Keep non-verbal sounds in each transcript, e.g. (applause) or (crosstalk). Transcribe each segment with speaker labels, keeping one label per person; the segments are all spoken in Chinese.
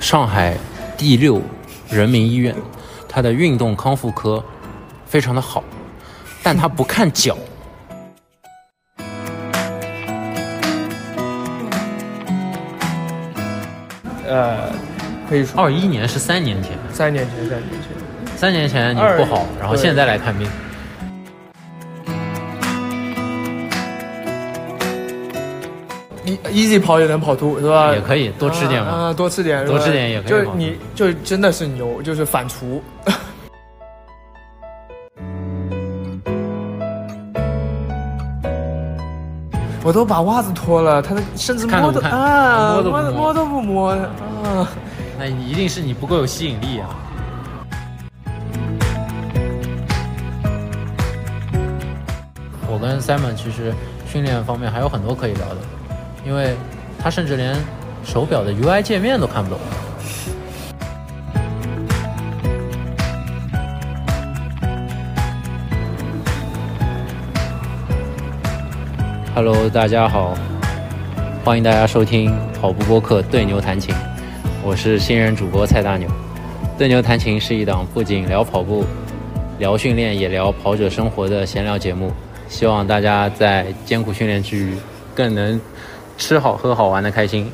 Speaker 1: 上海第六人民医院，它的运动康复科非常的好，但它不看脚。
Speaker 2: 呃，可以说
Speaker 1: 二一年是三年前，
Speaker 2: 三年前，三年前。
Speaker 1: 三年前你不好，
Speaker 2: 二
Speaker 1: 然后现在来看病。
Speaker 2: 你 easy 跑也能跑秃是吧？
Speaker 1: 也可以多吃点嘛
Speaker 2: 啊、啊多吃点，是吧
Speaker 1: 多吃点也可以
Speaker 2: 就是
Speaker 1: 嘛
Speaker 2: 你，就真的是牛，就是反刍。 (laughs) 我都把袜子脱了，他的甚至
Speaker 1: 看
Speaker 2: 摸
Speaker 1: 都不看摸都
Speaker 2: 啊，
Speaker 1: 不
Speaker 2: 摸
Speaker 1: 摸
Speaker 2: 摸都不摸啊。
Speaker 1: 那一定是你不够有吸引力啊！我跟 Simon 其实训练方面还有很多可以聊的，因为他甚至连手表的 UI 界面都看不懂。Hello，大家好，欢迎大家收听跑步播客《对牛弹琴》，我是新人主播蔡大牛。对牛弹琴是一档不仅聊跑步、聊训练，也聊跑者生活的闲聊节目。希望大家在艰苦训练之余，更能吃好喝好玩的开心。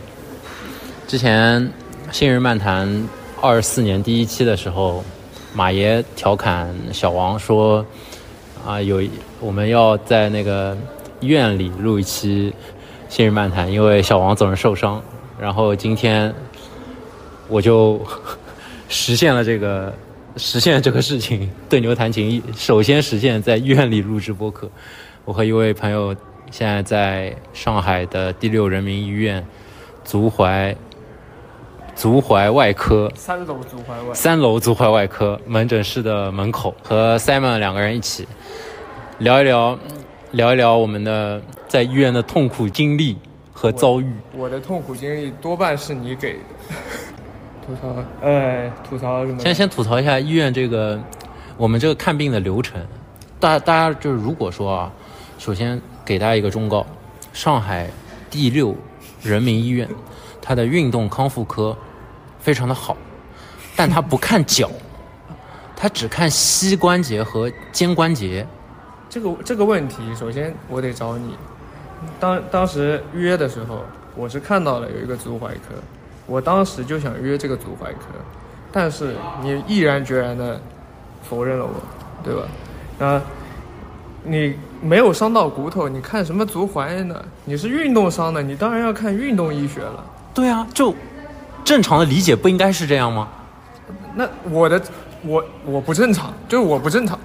Speaker 1: 之前新人漫谈二四年第一期的时候，马爷调侃小王说：“啊，有一我们要在那个医院里录一期新人漫谈，因为小王总是受伤。”然后今天我就 (laughs) 实现了这个实现了这个事情， (laughs) 对牛弹琴，首先实现在医院里录制播客。我和一位朋友现在在上海的第六人民医院足踝足踝外科
Speaker 2: 三楼足踝外，
Speaker 1: 三楼足踝外科门诊室的门口，和 Simon 两个人一起聊一聊，聊一聊我们的在医院的痛苦经历和遭遇。
Speaker 2: 我的痛苦经历多半是你给的。 (laughs) 吐槽，呃，吐槽什么？
Speaker 1: 先先吐槽一下医院这个我们这个看病的流程，大大家就是如果说啊，首先给大家一个忠告，上海第六人民医院它的运动康复科非常的好，但它不看脚，它只看膝关节和肩关节。
Speaker 2: 这个这个问题，首先我得找你。当当时预约的时候，我是看到了有一个足踝科，我当时就想约这个足踝科，但是你毅然决然的否认了我，对吧？那你没有伤到骨头，你看什么足踝呢？你是运动伤的，你当然要看运动医学了。
Speaker 1: 对啊，就正常的理解不应该是这样吗？
Speaker 2: 那我的我我不正常，就是我不正常，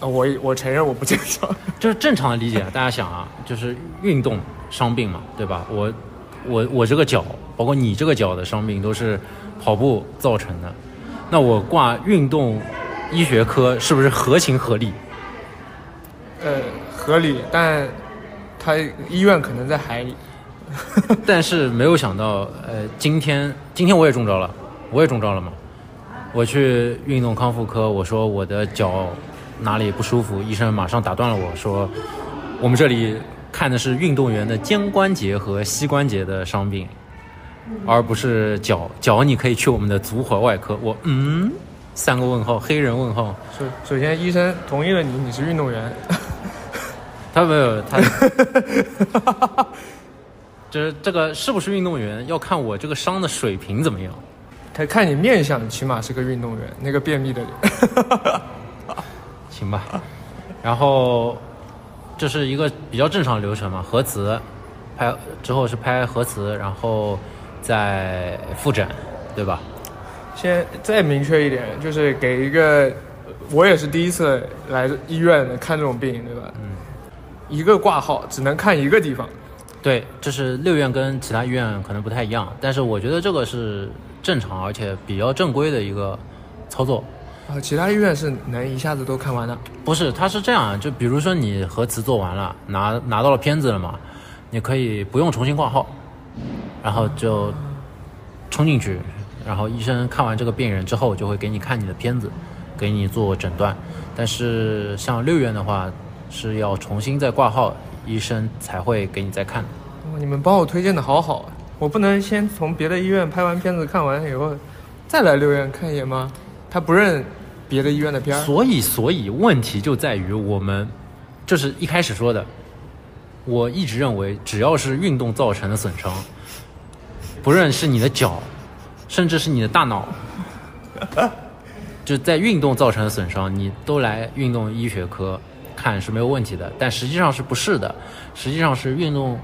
Speaker 2: 啊我我承认我不正常。
Speaker 1: (laughs) 这是正常的理解啊，大家想啊，就是运动伤病嘛，对吧？我我我这个脚，包括你这个脚的伤病都是跑步造成的，那我挂运动医学科是不是合情合理？
Speaker 2: 呃，合理，但他医院可能在海里。
Speaker 1: 但是没有想到，呃，今天今天我也中招了，我也中招了嘛。我去运动康复科，我说我的脚哪里不舒服，医生马上打断了我说，我们这里看的是运动员的肩关节和膝关节的伤病，而不是脚。脚你可以去我们的足踝外科。我嗯，三个问号，黑人问号。
Speaker 2: 首首先，医生同意了你，你是运动员， (laughs)
Speaker 1: 他没有他，就是这个是不是运动员要看我这个伤的水平怎么样。
Speaker 2: 他看你面相，起码是个运动员，那个便秘的脸。
Speaker 1: 行吧。然后这是一个比较正常的流程嘛，核磁拍之后是拍核磁，然后再复诊，对吧？
Speaker 2: (laughs) 先再明确一点，就是给一个，我也是第一次来医院看这种病，对吧？嗯。一个挂号只能看一个地方，
Speaker 1: 对，这是六院跟其他医院可能不太一样，但是我觉得这个是正常而且比较正规的一个操作。
Speaker 2: 啊，其他医院是能一下子都看完的。
Speaker 1: 不是，它是这样，就比如说你核磁做完了，拿拿到了片子了嘛，你可以不用重新挂号，然后就冲进去，然后医生看完这个病人之后，就会给你看你的片子，给你做诊断。但是像六院的话，是要重新再挂号，医生才会给你再看。
Speaker 2: 哦哇你们帮我推荐的好好啊！我不能先从别的医院拍完片子看完以后，再来六院看一眼吗？他不认别的医院的片儿，
Speaker 1: 所以，所以问题就在于我们，就是一开始说的，我一直认为只要是运动造成的损伤，不论是你的脚，甚至是你的大脑，就在运动造成的损伤，你都来运动医学科看是没有问题的。但实际上是不是的？实际上是运动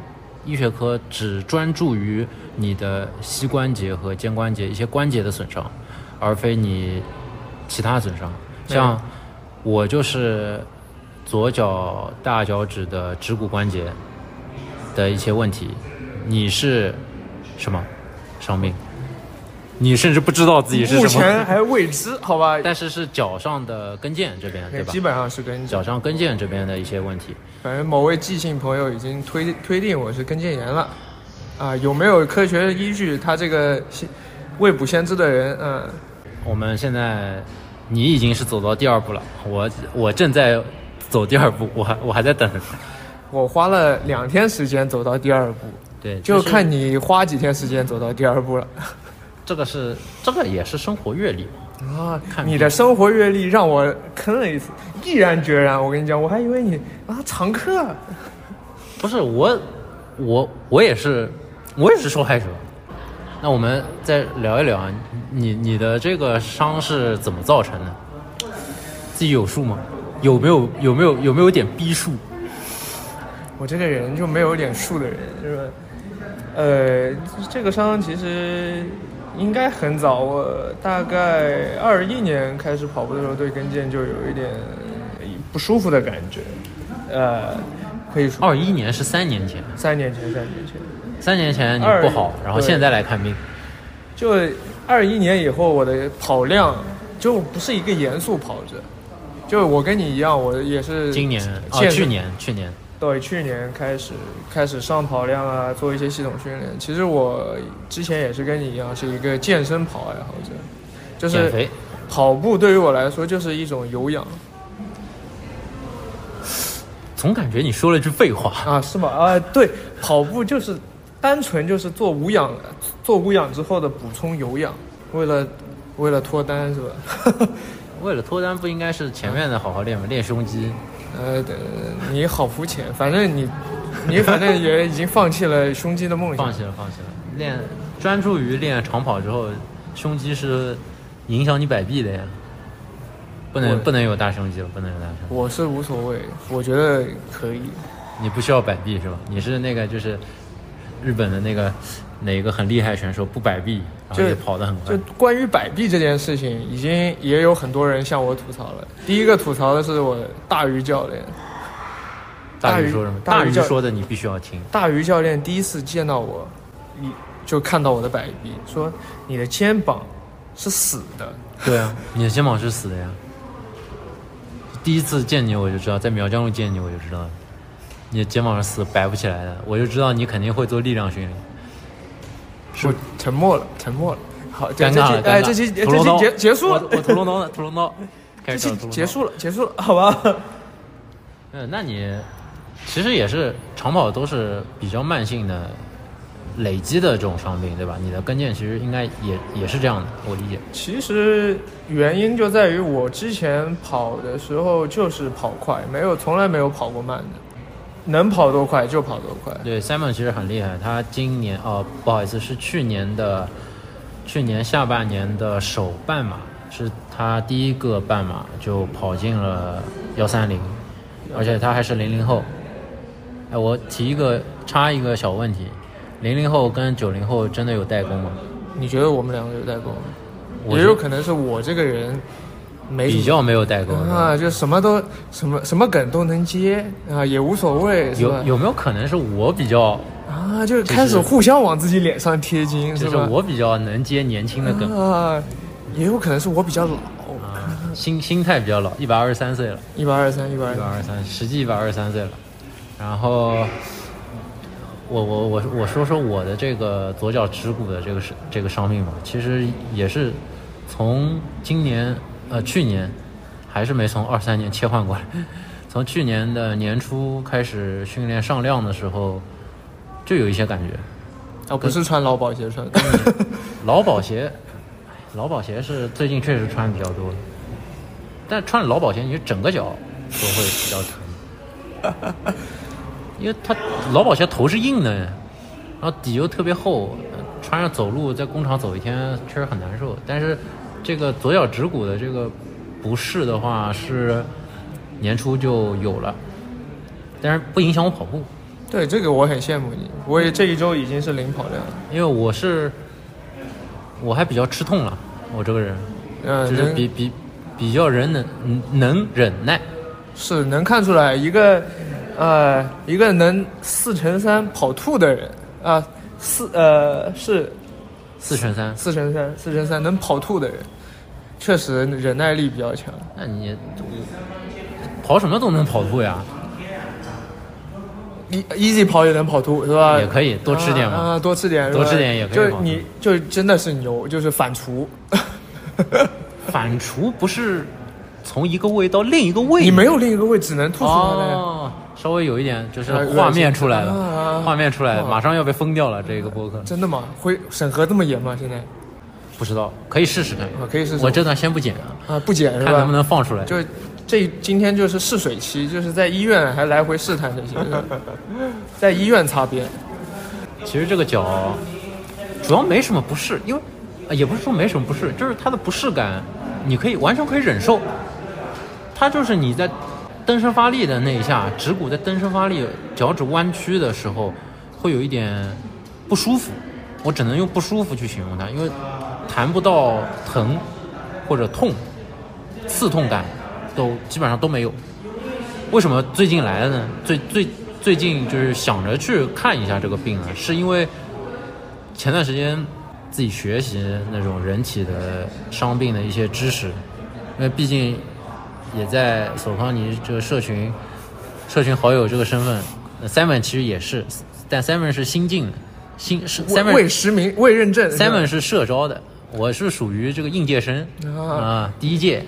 Speaker 1: 医学科只专注于你的膝关节和肩关节一些关节的损伤，而非你其他损伤。像我就是左脚大脚趾的趾骨关节的一些问题，你是什么伤病？你甚至不知道自己是什
Speaker 2: 目
Speaker 1: 么。
Speaker 2: 前还未知，好吧？
Speaker 1: 但是是脚上的跟腱这边，对吧
Speaker 2: 基？本上是跟
Speaker 1: 脚上跟腱这边的一些问题，
Speaker 2: 反正某位即兴朋友已经推推定我是跟腱炎了，啊，有没有科学依据？他这个先未卜先知的人，嗯、
Speaker 1: 我们现在你已经是走到第二步了，我我正在走第二步，我还我还在等。
Speaker 2: 我花了两天时间走到第二步，
Speaker 1: 对，
Speaker 2: 就是看你花几天时间走到第二步了。
Speaker 1: 这个是这个也是生活阅历嘛，
Speaker 2: 啊
Speaker 1: 看，
Speaker 2: 你的生活阅历让我坑了一次，毅然决然。我跟你讲，我还以为你啊常客，
Speaker 1: 不是我我我也是我也是受害者。那我们再聊一聊啊，你你的这个伤是怎么造成的？自己有数吗？有没有有没有有没有点逼数？
Speaker 2: 我这个人就没有点数的人，是吧？呃，这个伤其实应该很早，我大概二一年开始跑步的时候，对跟腱就有一点不舒服的感觉，呃，可以说
Speaker 1: 二一年是三年前，
Speaker 2: 三年前，三年前，
Speaker 1: 三年前你不好，
Speaker 2: 二
Speaker 1: 然后现在来看病，
Speaker 2: 就二一年以后，我的跑量就不是一个严肃跑者，就我跟你一样，我也是
Speaker 1: 今年啊
Speaker 2: 现，在
Speaker 1: 去年去年
Speaker 2: 对，去年开始开始上跑量啊，做一些系统训练。其实我之前也是跟你一样，是一个健身跑爱好者，就
Speaker 1: 减
Speaker 2: 是
Speaker 1: 肥，
Speaker 2: 跑步对于我来说就是一种有氧
Speaker 1: 总感觉你说了句废话。 (laughs)
Speaker 2: 啊，是吗？啊，对，跑步就是单纯就是做无氧，做无氧之后的补充有氧，为了为了脱单是吧？
Speaker 1: 为了脱单，不应该是前面的好好练吗？练胸肌，
Speaker 2: 呃，对你好肤浅，反正你 (laughs) 你反正也已经放弃了胸肌的梦想
Speaker 1: 放。弃了，放弃了，练专注于练长跑之后，胸肌是影响你摆臂的呀，不能
Speaker 2: 我
Speaker 1: 不能有大胸肌了，不能有大胸肌，
Speaker 2: 我是无所谓，我觉得可以。
Speaker 1: 你不需要摆臂是吧？你是那个就是日本的那个哪个很厉害选手不摆臂，然后
Speaker 2: 就
Speaker 1: 也跑得很快
Speaker 2: 就，关于摆臂这件事情，已经也有很多人向我吐槽了。第一个吐槽的是我大鱼教练，
Speaker 1: 大
Speaker 2: 大
Speaker 1: 鱼
Speaker 2: 鱼
Speaker 1: 说什么？
Speaker 2: 大
Speaker 1: 大
Speaker 2: 鱼
Speaker 1: 鱼
Speaker 2: 叫
Speaker 1: 说的你必须要
Speaker 2: (laughs)
Speaker 1: 听。
Speaker 2: 大鱼教练第一次见到我，你就看到我的摆臂，说你的肩膀是死的。
Speaker 1: 对啊，你的肩膀是死的呀。第一次见你我就知道，在苗江路见你我就知道了，你的肩膀是死摆不起来的，我就知道你肯定会做力量训练。是
Speaker 2: 我沉默了，沉默了。好，这
Speaker 1: 尴
Speaker 2: 这
Speaker 1: 尬了，
Speaker 2: 期哎，
Speaker 1: 尴尬
Speaker 2: 这期
Speaker 1: 屠
Speaker 2: 这
Speaker 1: 龙
Speaker 2: 期
Speaker 1: 刀
Speaker 2: 结结束
Speaker 1: 我
Speaker 2: 了，
Speaker 1: 我屠龙刀了，屠龙
Speaker 2: (laughs)
Speaker 1: 刀，
Speaker 2: 这
Speaker 1: 开始
Speaker 2: 期
Speaker 1: 了屠龙刀
Speaker 2: 结。束了，结束了，好吧？
Speaker 1: 嗯，那你其实也是长跑都是比较慢性的累积的这种伤病，对吧？你的跟腱其实应该也也是这样的，我理解。
Speaker 2: 其实原因就在于我之前跑的时候就是跑快，没有从来没有跑过慢的，能跑多快就跑多快。
Speaker 1: 对，Simon 其实很厉害，他今年哦，不好意思，是去年的，去年下半年的首半马，是他第一个半马就跑进了幺三零，而且他还是零零后。哎，我提一个插一个小问题，零零后跟九零后真的有代沟吗？
Speaker 2: 你觉得我们两个有代沟吗？
Speaker 1: 我
Speaker 2: 也
Speaker 1: 是
Speaker 2: 有可能是我这个人没什么
Speaker 1: 比较没有代沟是吧
Speaker 2: 啊，就什么都什么什么梗都能接啊，也无所谓，是吧
Speaker 1: 有？有没有可能是我比较，
Speaker 2: 啊，就开始互相往自己脸上贴金，
Speaker 1: 就是
Speaker 2: 是吧？
Speaker 1: 我比较能接年轻的梗，
Speaker 2: 啊，也有可能是我比较老，
Speaker 1: 啊心心态比较老，一百二十三岁了。
Speaker 2: 一百二三，一百
Speaker 1: 一百
Speaker 2: 二，
Speaker 1: 二三，实际一百二十三岁了。然后我我我我说说我的这个左脚趾骨的这个是这个伤病吧，其实也是从今年呃去年还是没从二三年切换过来，从去年的年初开始训练上量的时候就有一些感觉，
Speaker 2: 啊，不是穿劳保
Speaker 1: (laughs)
Speaker 2: 鞋穿的，
Speaker 1: 劳保鞋，劳保鞋是最近确实穿比较多，但穿劳保鞋，你就整个脚都会比较疼，因为它劳保鞋头是硬的，然后底又特别厚，呃穿上走路在工厂走一天确实很难受。但是这个左脚趾骨的这个不适的话是年初就有了，但是不影响我跑步。
Speaker 2: 对这个我很羡慕你，我也这一周已经是零跑量了，
Speaker 1: 因为我是我还比较吃痛了，我这个人
Speaker 2: 嗯、
Speaker 1: 就是
Speaker 2: 能
Speaker 1: 比比比较人能能忍耐，
Speaker 2: 是能看出来一个，呃，一个能四乘三跑吐的人啊、四呃是
Speaker 1: 四乘三。
Speaker 2: 四乘三，四乘三能跑吐的人，确实忍耐力比较强。
Speaker 1: 那你跑什么都能跑吐呀，
Speaker 2: 一 easy 跑也能跑吐是吧？
Speaker 1: 也可以多吃点
Speaker 2: 啊
Speaker 1: 嘛。
Speaker 2: 啊多吃点，是吧
Speaker 1: 多吃点也可以
Speaker 2: 就是
Speaker 1: 跑
Speaker 2: 你就是真的是牛，就是
Speaker 1: (laughs)
Speaker 2: 反刍。
Speaker 1: 反刍不是从一个胃到另一个胃，
Speaker 2: 你没有另一个胃，只能吐出来了呀。
Speaker 1: 哦，稍微有一点就是
Speaker 2: 啊
Speaker 1: 画面出来
Speaker 2: 啊啊啊
Speaker 1: 了，画面出来了，
Speaker 2: 啊
Speaker 1: 马上要被封掉了。这个播客
Speaker 2: 真的吗？会审核这么严吗？现在
Speaker 1: 不知道，可以试试看。
Speaker 2: 啊，可以试试。
Speaker 1: 我这段先不剪啊，
Speaker 2: 啊不减是
Speaker 1: 看能不
Speaker 2: 吧？
Speaker 1: 能放出来。
Speaker 2: 就这今天就是试水期，就是在医院还来回试探这 (laughs) 些，是吧在医院擦边。
Speaker 1: 其实这个脚主要没什么不适，因为呃也不是说没什么不适，就是它的不适感，你可以完全可以忍受。它就是你在蹬身发力的那一下，趾骨在蹬身发力，脚趾弯曲的时候，会有一点不舒服。我只能用不舒服去形容它，因为谈不到疼或者痛，刺痛感都基本上都没有。为什么最近来的呢？最最最近就是想着去看一下这个病啊，是因为前段时间自己学习那种人体的伤病的一些知识，因为毕竟也在索康尼这个社群社群好友这个身份呃，Simon 其实也是，但 Simon 是新进的，新是
Speaker 2: 未
Speaker 1: Simon
Speaker 2: 未实名未认证。是吧
Speaker 1: Simon 是社招的，我是属于这个应届生
Speaker 2: 啊
Speaker 1: 啊，第一届，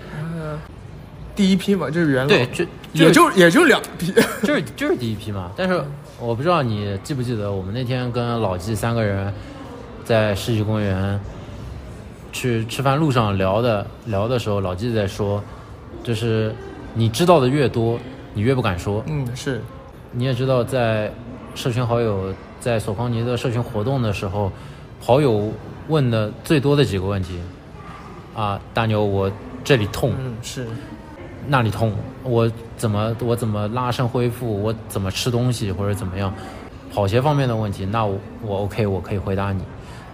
Speaker 2: 第一批嘛，就是元老。
Speaker 1: 对，就
Speaker 2: 也就也就两批。
Speaker 1: 就是就是第一批嘛。但是我不知道你记不记得，我们那天跟老纪三个人在世纪公园去吃饭路上聊的聊的时候，老纪在说，就是你知道的越多，你越不敢说。
Speaker 2: (laughs) 嗯，是
Speaker 1: 你也知道，在社群好友在索康尼的社群活动的时候，好友问的最多的几个问题啊，大牛，我这里痛，
Speaker 2: 嗯是，
Speaker 1: 那里痛，我怎么我怎么拉伸恢复，我怎么吃东西或者怎么样，跑鞋方面的问题，那我我 OK 我可以回答你，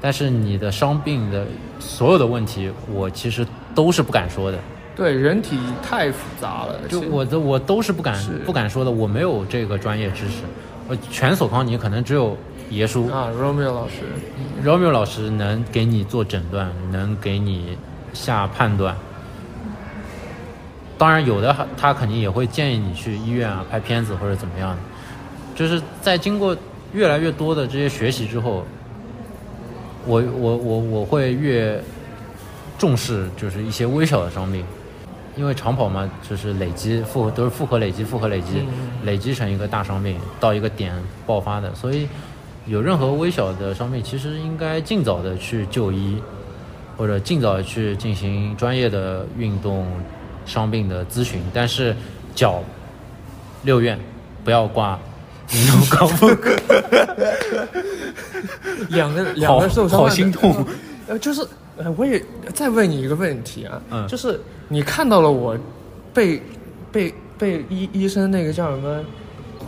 Speaker 1: 但是你的伤病的所有的问题，我其实都是不敢说的，
Speaker 2: 对，人体太复杂了。
Speaker 1: 就
Speaker 2: 其实
Speaker 1: 我的我都是不敢
Speaker 2: 是
Speaker 1: 不敢说的，我没有这个专业知识，我全索康尼可能只有爷叔、
Speaker 2: 啊，Romeo 老师，
Speaker 1: Romeo 老师能给你做诊断，能给你下判断。当然，有的还他肯定也会建议你去医院啊拍片子或者怎么样的。就是在经过越来越多的这些学习之后，我我我我会越重视就是一些微小的伤病，因为长跑嘛，就是累积复合都是复合累积复合累积，累积成一个大伤病到一个点爆发的，所以有任何微小的伤病，其实应该尽早的去就医，或者尽早地去进行专业的运动伤病的咨询，但是脚六院不要挂运动高峰。
Speaker 2: 两个两个受伤，
Speaker 1: 好心痛。
Speaker 2: 呃，就是呃，我也再问你一个问题啊，
Speaker 1: 嗯
Speaker 2: 就是你看到了我被被被医医生那个叫什么？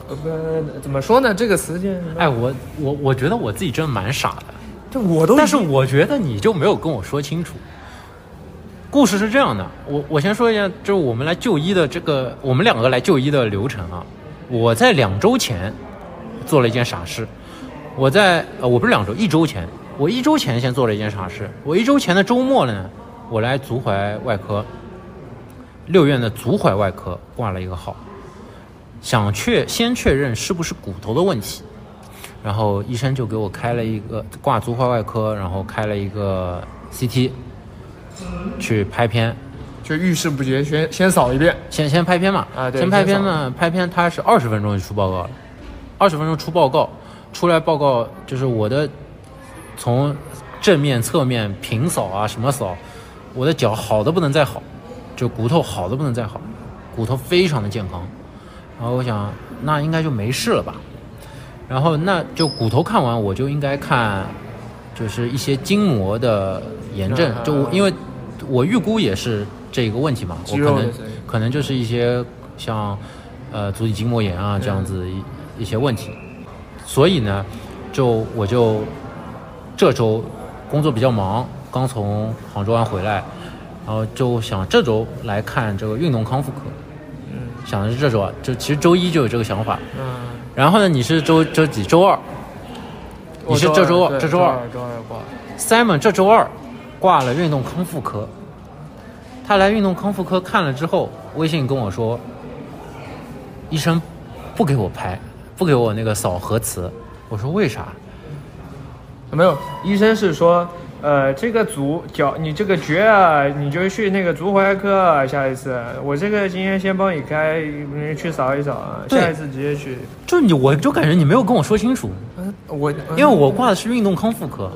Speaker 2: 呃，不，怎么说呢？这个词叫什么？
Speaker 1: (laughs) 哎，我我我觉得我自己真的蛮傻的，
Speaker 2: 这我都已
Speaker 1: 但是
Speaker 2: 经
Speaker 1: 我觉得你就没有跟我说清楚。故事是这样的，我我先说一下，就是我们来就医的这个，我们两个来就医的流程啊。我在两周前做了一件傻事，我在呃，我不是两周，一周前，我一周前先做了一件傻事。我一周前的周末呢，我来足踝外科，六院的足踝外科挂了一个号，想确先确认是不是骨头的问题。然后医生就给我开了一个挂足踝外科，然后开了一个 CT 去拍片，
Speaker 2: 就遇事不决，先先扫一遍。
Speaker 1: 先先拍片嘛，
Speaker 2: 啊对
Speaker 1: 先拍片呢，拍片它是二十分钟就出报告了，二十分钟出报告，出来报告就是我的从正面、侧面平扫啊，什么扫，我的脚好的不能再好，就骨头好的不能再好，骨头非常的健康。然后我想，那应该就没事了吧。然后那就骨头看完，我就应该看，就是一些筋膜的炎症
Speaker 2: 啊。
Speaker 1: 就我因为我预估也是这个问题嘛，我
Speaker 2: 肌
Speaker 1: 可
Speaker 2: 肉的
Speaker 1: 能
Speaker 2: 这个
Speaker 1: 可能就是一些像呃足底筋膜炎啊这样子一一些问题。所以呢，就我就这周工作比较忙，刚从杭州湾回来，然后就想这周来看这个运动康复科，
Speaker 2: 嗯
Speaker 1: 想的是这周啊，就其实周一就有这个想法。
Speaker 2: 嗯，
Speaker 1: 然后呢，你是周周几？周二你是
Speaker 2: 我
Speaker 1: 这周
Speaker 2: 二
Speaker 1: 二
Speaker 2: 对
Speaker 1: 这周
Speaker 2: 周
Speaker 1: 二
Speaker 2: 周二挂，
Speaker 1: ，Simon 这周二挂了运动康复科。他来运动康复科看了之后，微信跟我说，医生不给我拍，不给我那个扫核磁。我说为啥？
Speaker 2: 没有，医生是说，呃，这个足脚你这个瘸啊，你就去那个足踝科啊，下一次我这个今天先帮你开，你去扫一扫啊，
Speaker 1: 对
Speaker 2: 下一次直接去。
Speaker 1: 就你，我就感觉你没有跟我说清楚，
Speaker 2: 嗯，我
Speaker 1: 因为我挂的是运动康复科，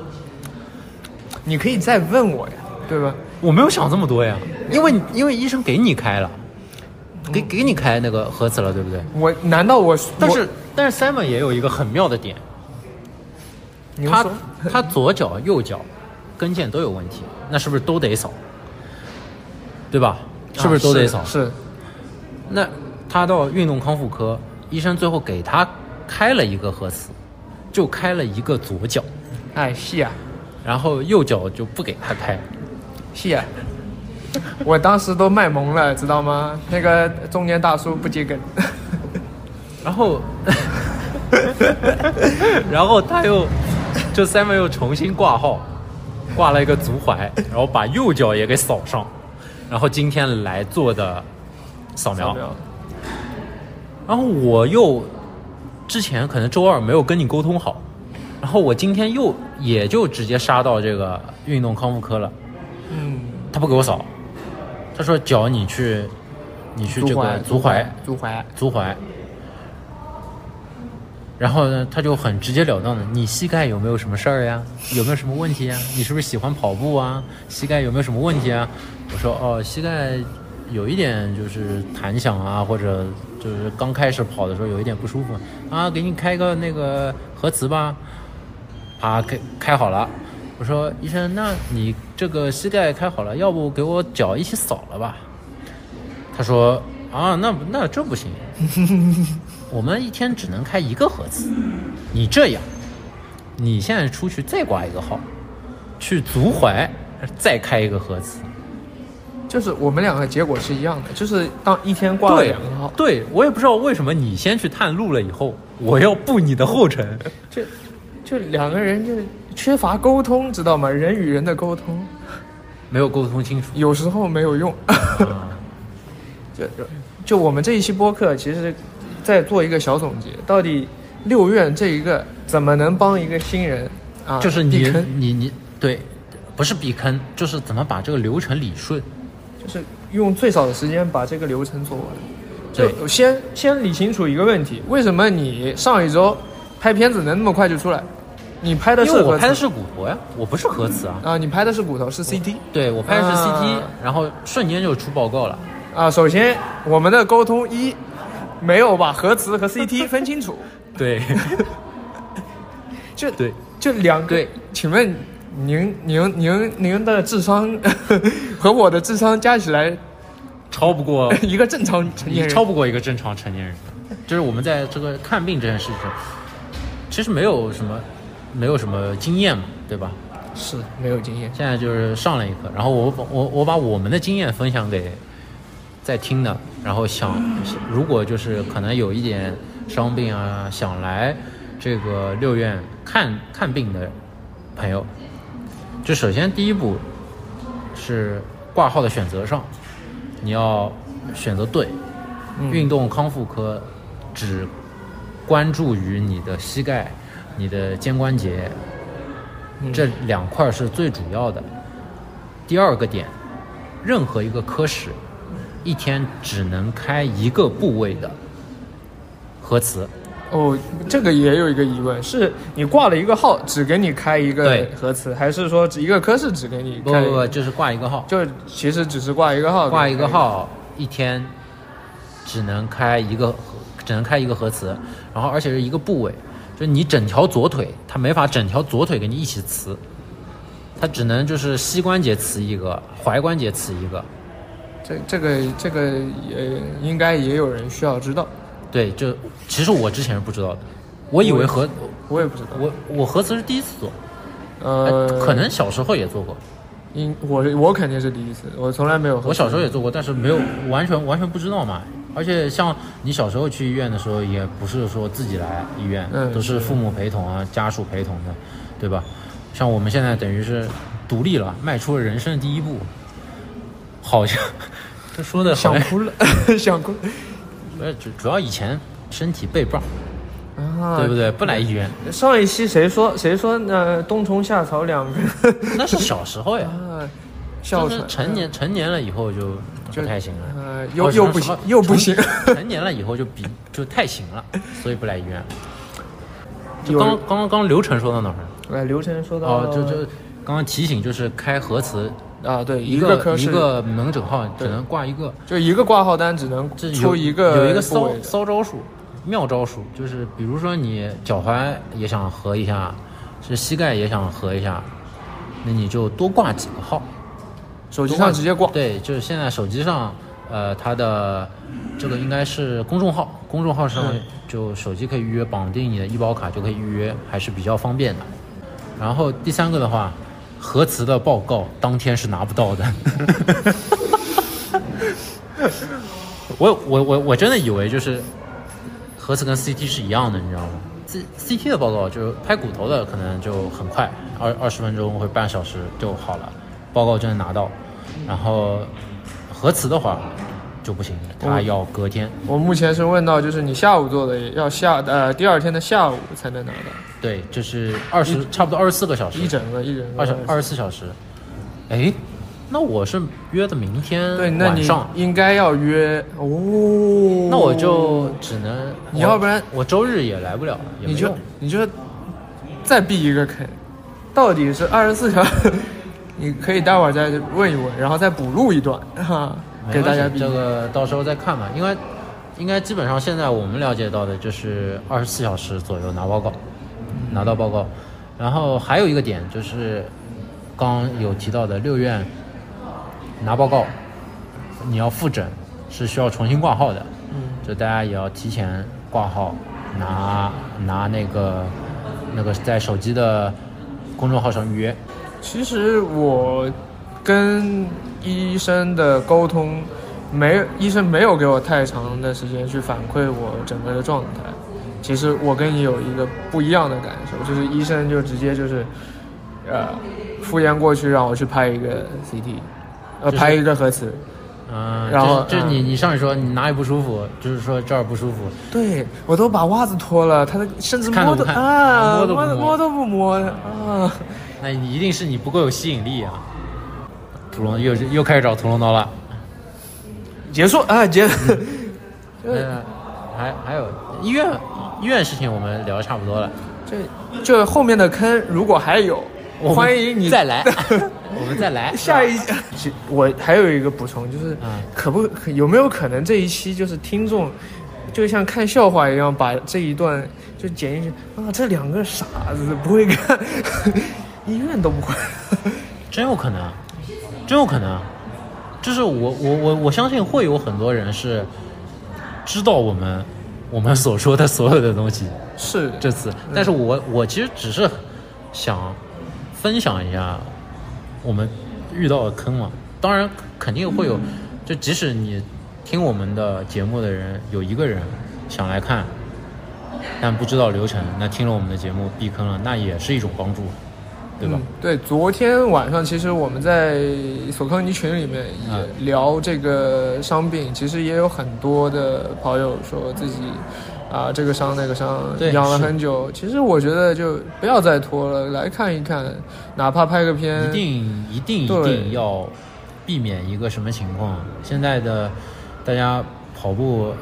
Speaker 2: 你可以再问我呀，对吧？
Speaker 1: 我没有想这么多呀，因为你因为医生给你开了，给给你开那个核磁了，对不对？
Speaker 2: 我难道我
Speaker 1: 但是但是 Simon 也有一个很妙的点，
Speaker 2: 你
Speaker 1: 他他左脚右脚跟腱都有问题，那是不是都得扫？对吧？是啊不是都得扫？
Speaker 2: 啊是
Speaker 1: 那他到运动康复科，医生最后给他开了一个核磁，就开了一个左脚，
Speaker 2: 哎，是啊，
Speaker 1: 然后右脚就不给他开。
Speaker 2: 是啊。 (laughs) 我当时都卖萌了，知道吗？那个中年大叔不接
Speaker 1: (laughs)
Speaker 2: 梗，
Speaker 1: 然后， (laughs) 然后他又，就 Simon 又重新挂号，挂了一个足踝，然后把右脚也给扫上，然后今天来做的扫描。
Speaker 2: 没有
Speaker 1: 然后我又之前可能周二没有跟你沟通好，然后我今天又也就直接杀到这个运动康复科了，
Speaker 2: 嗯，
Speaker 1: 他不给我扫，他说脚你去，你去这个足踝，
Speaker 2: 足踝，
Speaker 1: 足踝。然后呢，他就很直截了当的，你膝盖有没有什么事儿呀？有没有什么问题呀？你是不是喜欢跑步啊？膝盖有没有什么问题啊？我说哦，膝盖有一点就是弹响啊，或者就是刚开始跑的时候有一点不舒服啊，给你开个那个核磁吧。啊，开开好了。我说医生，那你这个膝盖开好了，要不给我脚一起扫了吧？他说啊，那不那这不行， (laughs) 我们一天只能开一个盒子。你这样，你现在出去再挂一个号，去足踝再开一个盒子。
Speaker 2: 就是我们两个结果是一样的，就是当一天挂了
Speaker 1: 对
Speaker 2: 两个号，，
Speaker 1: 对我也不知道为什么你先去探路了以后，我要步你的后尘。
Speaker 2: (laughs) 就就两个人就缺乏沟通，知道吗？人与人的沟通，
Speaker 1: 没有沟通清楚
Speaker 2: 有时候没有用。
Speaker 1: 啊
Speaker 2: (laughs) 就就我们这一期播客，其实在做一个小总结，到底六院这一个怎么能帮一个新人啊？
Speaker 1: (laughs) 就是
Speaker 2: 避
Speaker 1: 你
Speaker 2: 坑
Speaker 1: 你你对，不是避坑，就是怎么把这个流程理顺。
Speaker 2: 就是用最少的时间把这个流程做完。
Speaker 1: 对
Speaker 2: 就先先理清楚一个问题：为什么你上一周拍片子能那么快就出来？你拍的
Speaker 1: 因
Speaker 2: 是
Speaker 1: 为我
Speaker 2: 核磁
Speaker 1: 拍的是骨头呀，我不是核磁啊。
Speaker 2: 啊，你拍的是骨头，是 CT
Speaker 1: 对我拍的是 CT，、
Speaker 2: 啊
Speaker 1: 然后瞬间就出报告了。
Speaker 2: 啊。首先，我们的沟通一没有把核磁和 CT 分清楚，
Speaker 1: (laughs) 对
Speaker 2: 就
Speaker 1: 对，
Speaker 2: 就两个。
Speaker 1: 对，
Speaker 2: 请问您您您您的智商 (laughs) 和我的智商加起来，
Speaker 1: 超不
Speaker 2: (laughs)
Speaker 1: 过
Speaker 2: 一个正常成年
Speaker 1: 你
Speaker 2: 人
Speaker 1: 超不过一个正常成年人。就是我们在这个看病这件事情，其实没有什么没有什么经验嘛，对吧？
Speaker 2: 是没有经验。
Speaker 1: 现在就是上了一课，然后我把我我把我们的经验分享给在听的，然后想如果就是可能有一点伤病啊，想来这个六院看看病的朋友，就首先第一步是挂号的选择上，你要选择对，运动康复科只关注于你的膝盖、你的肩关节这两块是最主要的。第二个点，任何一个科室一天只能开一个部位的核磁，
Speaker 2: 哦，这个也有一个疑问，是你挂了一个号，只给你开一个
Speaker 1: 对
Speaker 2: 核磁，还是说只一个科室只给你
Speaker 1: 不
Speaker 2: 开？
Speaker 1: 不不，就是挂一个号，
Speaker 2: 就其实只是挂一个号，
Speaker 1: 挂一个。号，一天只能开一个核，只能开一个核磁，然后而且是一个部位，就你整条左腿，它没法整条左腿给你一起磁，它只能就是膝关节磁一个，踝关节磁一个，
Speaker 2: 这这个这个也应该也有人需要知道，
Speaker 1: 对，就其实我之前是不知道的，我以为核
Speaker 2: 我也不知道。
Speaker 1: 我我核磁是第一次做，
Speaker 2: 呃
Speaker 1: 呃，，可能小时候也做过，
Speaker 2: 应我我肯定是第一次，我从来没有。
Speaker 1: 我小时候也做过，但是没有完全完全不知道嘛。而且像你小时候去医院的时候，也不是说自己来医院，
Speaker 2: 嗯
Speaker 1: 都是父母陪同啊、家属陪同的，对吧？像我们现在等于是独立了，迈出了人生的第一步，好像这说的好
Speaker 2: 想
Speaker 1: 像
Speaker 2: 哭了， (laughs) 想哭
Speaker 1: 呃主主要以前身体被棒，
Speaker 2: 啊！
Speaker 1: 对不对？不来医院，
Speaker 2: 上一期谁说谁说那冬虫夏草两个
Speaker 1: (laughs) 那是小时候呀。
Speaker 2: 啊，
Speaker 1: 就
Speaker 2: 哮
Speaker 1: 是
Speaker 2: 喘
Speaker 1: 成年成年了以后就不太行了，
Speaker 2: 呃
Speaker 1: 哦
Speaker 2: 又
Speaker 1: 什么
Speaker 2: 又不
Speaker 1: 什么
Speaker 2: 行又不行
Speaker 1: 成成年了以后就比就太行了，所以不来医院。 (laughs) 就
Speaker 2: 有
Speaker 1: 刚刚刚刚流程说到哪儿了？
Speaker 2: 呃，刘晨说到
Speaker 1: 哦，就就刚刚提醒就是开核磁，
Speaker 2: 啊，对，
Speaker 1: 一
Speaker 2: 个
Speaker 1: 个
Speaker 2: 科
Speaker 1: 一
Speaker 2: 室
Speaker 1: 个门诊号只能挂一个，
Speaker 2: 就一个挂号单只能
Speaker 1: 这有
Speaker 2: 出一个
Speaker 1: 有一个
Speaker 2: 部
Speaker 1: 骚
Speaker 2: 位的
Speaker 1: 骚招数，妙招数，就是比如说你脚踝也想合一下，是膝盖也想合一下，那你就多挂几个号。
Speaker 2: 手机上直接挂，
Speaker 1: 对，就是现在手机上，呃，它的这个应该是公众号，公众号上
Speaker 2: 嗯
Speaker 1: 就手机可以预约，绑定你的医保卡就可以预约，还是比较方便的。然后第三个的话，核磁的报告当天是拿不到的。 (laughs) 我我我我真的以为就是核磁跟 CT 是一样的，你知道吗？C CT 的报告就是拍骨头的，可能就很快，二二十分钟或者半小时就好了，报告就能拿到。然后核磁的话就不行，
Speaker 2: 哦
Speaker 1: 它要隔天。
Speaker 2: 我目前是问到，就是你下午做的，要下呃第二天的下午才能拿到，
Speaker 1: 对，就是二十差不多二十四个小时，
Speaker 2: 一整个一整个
Speaker 1: 二十二十四小时。哎，那我是约的明天
Speaker 2: 对，那
Speaker 1: 晚
Speaker 2: 你
Speaker 1: 上，
Speaker 2: 应该要约哦。
Speaker 1: 那我就只能
Speaker 2: 你
Speaker 1: 我
Speaker 2: 要不然
Speaker 1: 我周日也来不了，也没
Speaker 2: 你就
Speaker 1: 用
Speaker 2: 你就再避一个坑，到底是二十四条，你可以待会儿再问一问，然后再补录一段哈，
Speaker 1: 没
Speaker 2: 给大家
Speaker 1: 关系
Speaker 2: 避。
Speaker 1: 这个到时候再看吧，应该应该基本上现在我们了解到的就是二十四小时左右拿报告，拿到报告。然后还有一个点就是刚有提到的六院拿报告，你要复诊是需要重新挂号的，
Speaker 2: 嗯，
Speaker 1: 就大家也要提前挂号，拿拿那个那个在手机的公众号上预约。
Speaker 2: 其实我跟医生的沟通，没医生没有给我太长的时间去反馈我整个的状态。其实我跟你有一个不一样的感受，就是医生就直接就是，呃，敷衍过去让我去拍一个 CT，呃，
Speaker 1: 就是
Speaker 2: 拍一个核磁。
Speaker 1: 嗯，
Speaker 2: 然后
Speaker 1: 就是就是你
Speaker 2: 嗯
Speaker 1: 你上去说你哪里不舒服，就是说这儿不舒服，
Speaker 2: 对我都把袜子脱了，他的甚至
Speaker 1: 看
Speaker 2: 摸
Speaker 1: 都不看
Speaker 2: 啊
Speaker 1: 摸都不
Speaker 2: 摸
Speaker 1: 摸
Speaker 2: 摸都不摸啊。
Speaker 1: 那你一定是你不够有吸引力啊！屠龙又又开始找屠龙刀了。
Speaker 2: 结束啊结，对
Speaker 1: 呃，还还有医院医院事情我们聊得差不多了，
Speaker 2: 这这后面的坑如果还有，
Speaker 1: 我们
Speaker 2: 欢迎
Speaker 1: 嗯
Speaker 2: 你
Speaker 1: 再
Speaker 2: (laughs)
Speaker 1: 来，我们再来
Speaker 2: 下一期，其我还有一个补充，就是
Speaker 1: 嗯
Speaker 2: 可不可有没有可能这一期就是听众，就像看笑话一样，把这一段就剪进去啊？这两个傻子不会干， (laughs) 医院都不会。 (laughs)
Speaker 1: 真有可能，真有可能，就是我我我我相信会有很多人是知道我们我们所说的所有的东西，
Speaker 2: 是
Speaker 1: 这次，
Speaker 2: 嗯
Speaker 1: 但是我我其实只是想分享一下我们遇到的坑嘛。当然肯定会有，
Speaker 2: 嗯
Speaker 1: 就即使你听我们的节目的人有一个人想来看，但不知道流程，那听了我们的节目避坑了，那也是一种帮助，对吧
Speaker 2: 嗯？？对，昨天晚上其实我们在索康尼群里面
Speaker 1: 嗯
Speaker 2: 也聊这个伤病，其实也有很多的跑友说自己啊、这个伤那个伤
Speaker 1: 对，
Speaker 2: 养了
Speaker 1: 是
Speaker 2: 很久。其实我觉得就不要再拖了，来看一看，哪怕拍个片，
Speaker 1: 一定一定一
Speaker 2: 嗯对
Speaker 1: 定要避免一个什么情况？现在的大家跑步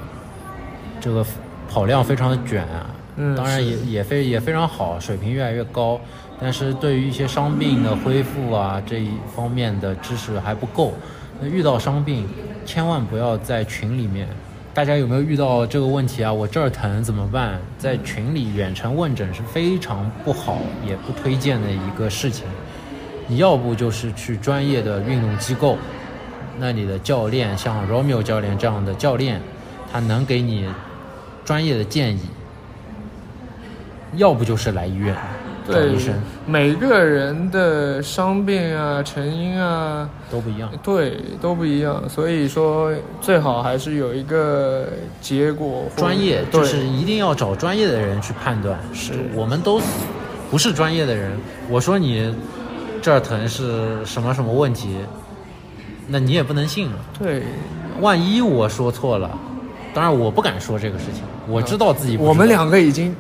Speaker 1: 这个跑量非常的卷啊，
Speaker 2: 嗯
Speaker 1: 当然也也非也非常好，水平越来越高。但是对于一些伤病的恢复啊这一方面的知识还不够。那遇到伤病，千万不要在群里面。大家有没有遇到这个问题啊？我这儿疼怎么办？在群里远程问诊是非常不好，也不推荐的一个事情。你要不就是去专业的运动机构，那里的教练像 Romeo 教练这样的教练，他能给你专业的建议；要不就是来医院找
Speaker 2: 对
Speaker 1: 医生，
Speaker 2: 每个人的伤病啊、成因啊，
Speaker 1: 都不一样。
Speaker 2: 对都不一样，所以说最好还是有一个结果或。
Speaker 1: 专业
Speaker 2: 对
Speaker 1: 就是一定要找专业的人去判断，是我们都不是专业的人。我说你这儿疼是什么什么问题，那你也不能信啊。
Speaker 2: 对，
Speaker 1: 万一我说错了，当然我不敢说这个事情，我知道自己不知道。
Speaker 2: 嗯我们两个已经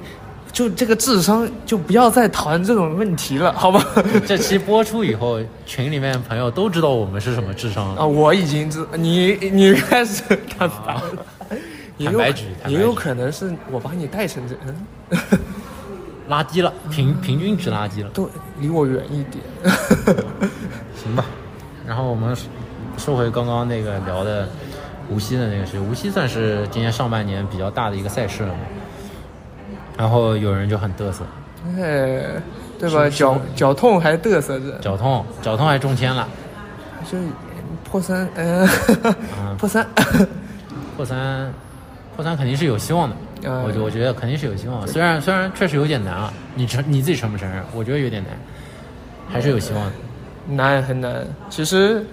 Speaker 2: 就这个智商，就不要再谈这种问题
Speaker 1: (laughs)
Speaker 2: 了，好吧？
Speaker 1: 这期播出以后，群里面朋友都知道我们是什么智商了。
Speaker 2: 啊，我已经知你你开始他打，
Speaker 1: (laughs)
Speaker 2: 也有
Speaker 1: 啊坦白举坦白举
Speaker 2: 也有可能是我把你带成这，嗯， (laughs)
Speaker 1: 拉低了，平平均值拉低了，
Speaker 2: 对，离我远一点。 (laughs)
Speaker 1: 行吧。然后我们说说回刚刚那个聊的无锡的那个事，无锡算是今年上半年比较大的一个赛事了嘛。然后有人就很嘚瑟，
Speaker 2: 哎，对吧？脚脚痛还嘚瑟着，
Speaker 1: 脚痛，脚痛还中签了。
Speaker 2: 就破三，嗯、
Speaker 1: 啊
Speaker 2: (laughs) 破三，
Speaker 1: 破三，破三肯定是有希望的，
Speaker 2: 嗯
Speaker 1: 我觉我觉得肯定是有希望的。虽然虽然确实有点难啊，你承你自己承不承认？我觉得有点难，还是有希望的。
Speaker 2: 难很难。其实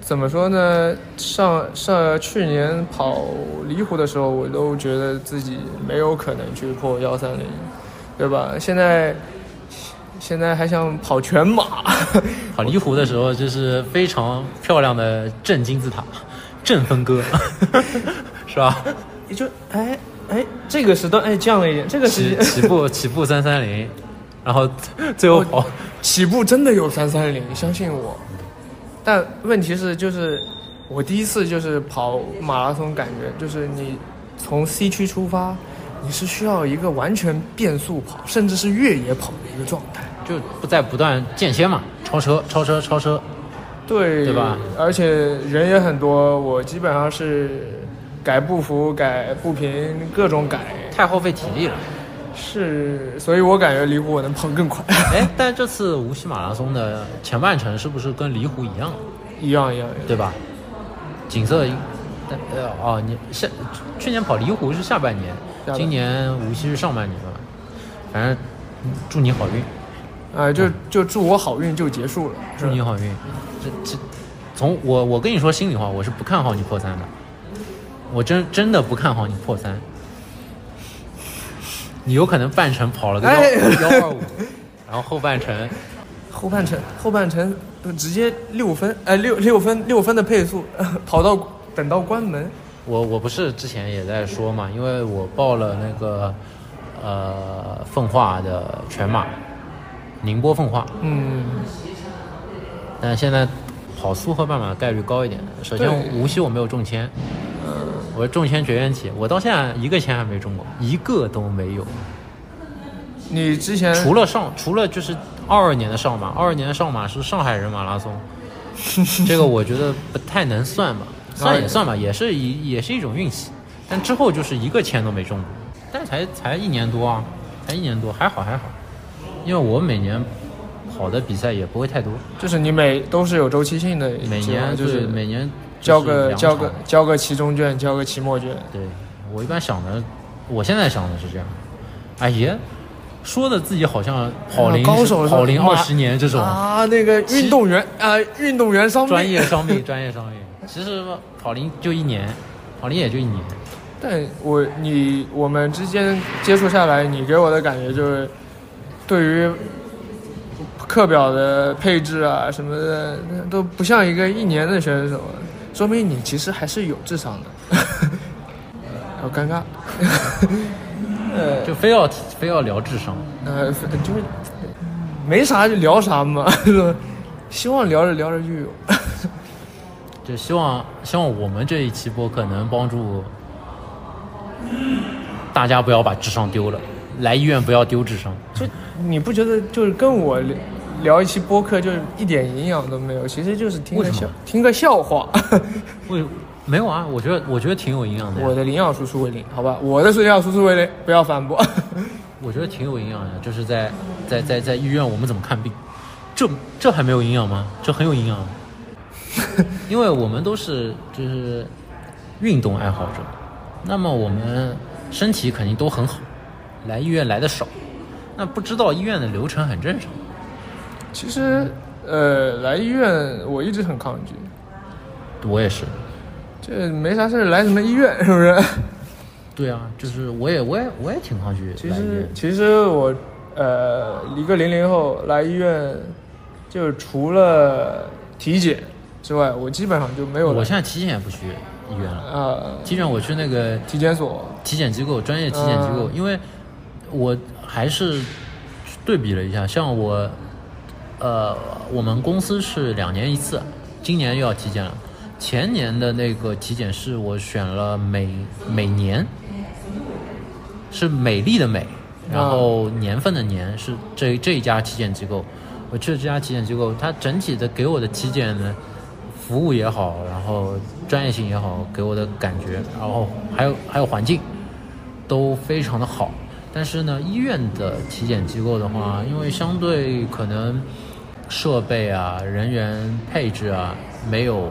Speaker 2: 怎么说呢？上上去年跑离湖的时候，我都觉得自己没有可能去破幺三零，对吧？现在现在还想跑全马， (laughs)
Speaker 1: 跑离湖的时候，就是非常漂亮的正金字塔，正分割， (laughs) 是吧？
Speaker 2: 也就哎哎，这个时段哎降了一点，这个时
Speaker 1: 起
Speaker 2: 间 (laughs)
Speaker 1: 起步起步三三零，然后最后跑，
Speaker 2: 起步真的有三三零，相信我。但问题是，就是我第一次就是跑马拉松，感觉就是你从 C 区出发，你是需要一个完全变速跑，甚至是越野跑的一个状态。
Speaker 1: 就不在不断间歇嘛，超车超车超车，
Speaker 2: 对，
Speaker 1: 对吧？
Speaker 2: 而且人也很多，我基本上是改步幅、改步频，各种改，
Speaker 1: 太耗费体力了。
Speaker 2: 是，所以我感觉离湖我能跑更快，
Speaker 1: 哎，但这次无锡马拉松的前半程是不是跟离湖一样，
Speaker 2: (laughs) 一样一样一样。
Speaker 1: 对吧？景色，但呃哦，你下去年跑离湖是下半年
Speaker 2: 下，半
Speaker 1: 今年无锡是上半年吧？反正祝你好运。
Speaker 2: 啊、就就祝我好运就结束了。是
Speaker 1: 祝你好运。这这，从我我跟你说心里话，我是不看好你破三的，我真真的不看好你破三。你有可能半程跑了个
Speaker 2: 哎
Speaker 1: 幺幺二五，然后后半程
Speaker 2: 后半程，后半程呃直接六分，呃六六分六分的配速，呃跑到等到关门，
Speaker 1: 我我不是之前也在说嘛，因为我报了那个呃奉化的全马，宁波奉化，
Speaker 2: 嗯，
Speaker 1: 但现在跑苏和半马概率高一点。首先
Speaker 2: 对
Speaker 1: 无锡我没有中签，我是中签绝缘体，我到现在一个签还没中过，一个都没有。
Speaker 2: 你之前
Speaker 1: 除了上，除了就是二二年的上马，二二年的上马是上海人马拉松，这个我觉得不太能算吧，算也算吧，也是一也是一种运气。但之后就是一个签都没中过，但才才一年多啊，才一年多，还好还好，因为我每年跑的比赛也不会太多，
Speaker 2: 就是你每都是有周期性的计划，
Speaker 1: 每年
Speaker 2: 就
Speaker 1: 对
Speaker 2: 是
Speaker 1: 每年就是
Speaker 2: 交个
Speaker 1: 两
Speaker 2: 交
Speaker 1: 场
Speaker 2: 个交个期中卷，交个期末卷，
Speaker 1: 对我一般想的，我现在想的是这样，哎爷，说的自己好像跑龄、
Speaker 2: 啊高手是吧
Speaker 1: 跑龄二十年这种。
Speaker 2: 啊，那个运动员啊、运动员伤病
Speaker 1: 专业，伤病，专业伤病。其实跑龄就一年，跑龄也就一年。
Speaker 2: 但我你我们之间接触下来，你给我的感觉就是，对于课表的配置啊什么的，那都不像一个一年的选手，说明你其实还是有智商的。 (laughs) 好尴尬， (laughs)
Speaker 1: 就非要非要聊智商，
Speaker 2: 呃，就是没啥就聊啥嘛， (laughs) 是吧希望聊着聊着就有。
Speaker 1: 就希望希望我们这一期播客能帮助大家不要把智商丢了。来医院不要丢智商。
Speaker 2: 就你不觉得就是跟我聊聊一期播客，就是一点营养都没有，其实就是听个
Speaker 1: 为什
Speaker 2: 笑
Speaker 1: 么
Speaker 2: 听个笑话。
Speaker 1: 为没有啊？我觉得我觉得挺有营养的呀，
Speaker 2: 我的领养叔叔为零，好吧，我的领养叔叔为零，不要反驳。 (laughs)
Speaker 1: 我觉得挺有营养的，就是在在在在医院我们怎么看病，这这还没有营养吗？这很有营
Speaker 2: (laughs)
Speaker 1: 养，因为我们都是就是运动爱好者，那么我们身体肯定都很好，来医院来的少，那不知道医院的流程很正常。
Speaker 2: 其实，呃，来医院我一直很抗拒，
Speaker 1: 我也是，
Speaker 2: 这没啥事儿来什么医院是不是？
Speaker 1: 对啊，就是我也我也我也挺抗拒
Speaker 2: 其
Speaker 1: 来医
Speaker 2: 实
Speaker 1: 院，
Speaker 2: 其实我，呃，一个零零后来医院，就是除了体检之外，我基本上就没有
Speaker 1: 我
Speaker 2: 来
Speaker 1: 现在体检也不去医院了，
Speaker 2: 啊、
Speaker 1: 体检我去那个
Speaker 2: 体检所，
Speaker 1: 体检机构，专业体检机构，
Speaker 2: 嗯
Speaker 1: 因为我还是对比了一下，像我，呃，我们公司是两年一次，今年又要体检了。前年的那个体检是我选了每每年，是美丽的美，然后年份的年是这这一家体检机构。我去了这家体检机构，它整体的给我的体检的服务也好，然后专业性也好，给我的感觉，然后还有还有环境，都非常的好。但是呢，医院的体检机构的话，因为相对可能设备啊、人员配置啊，没有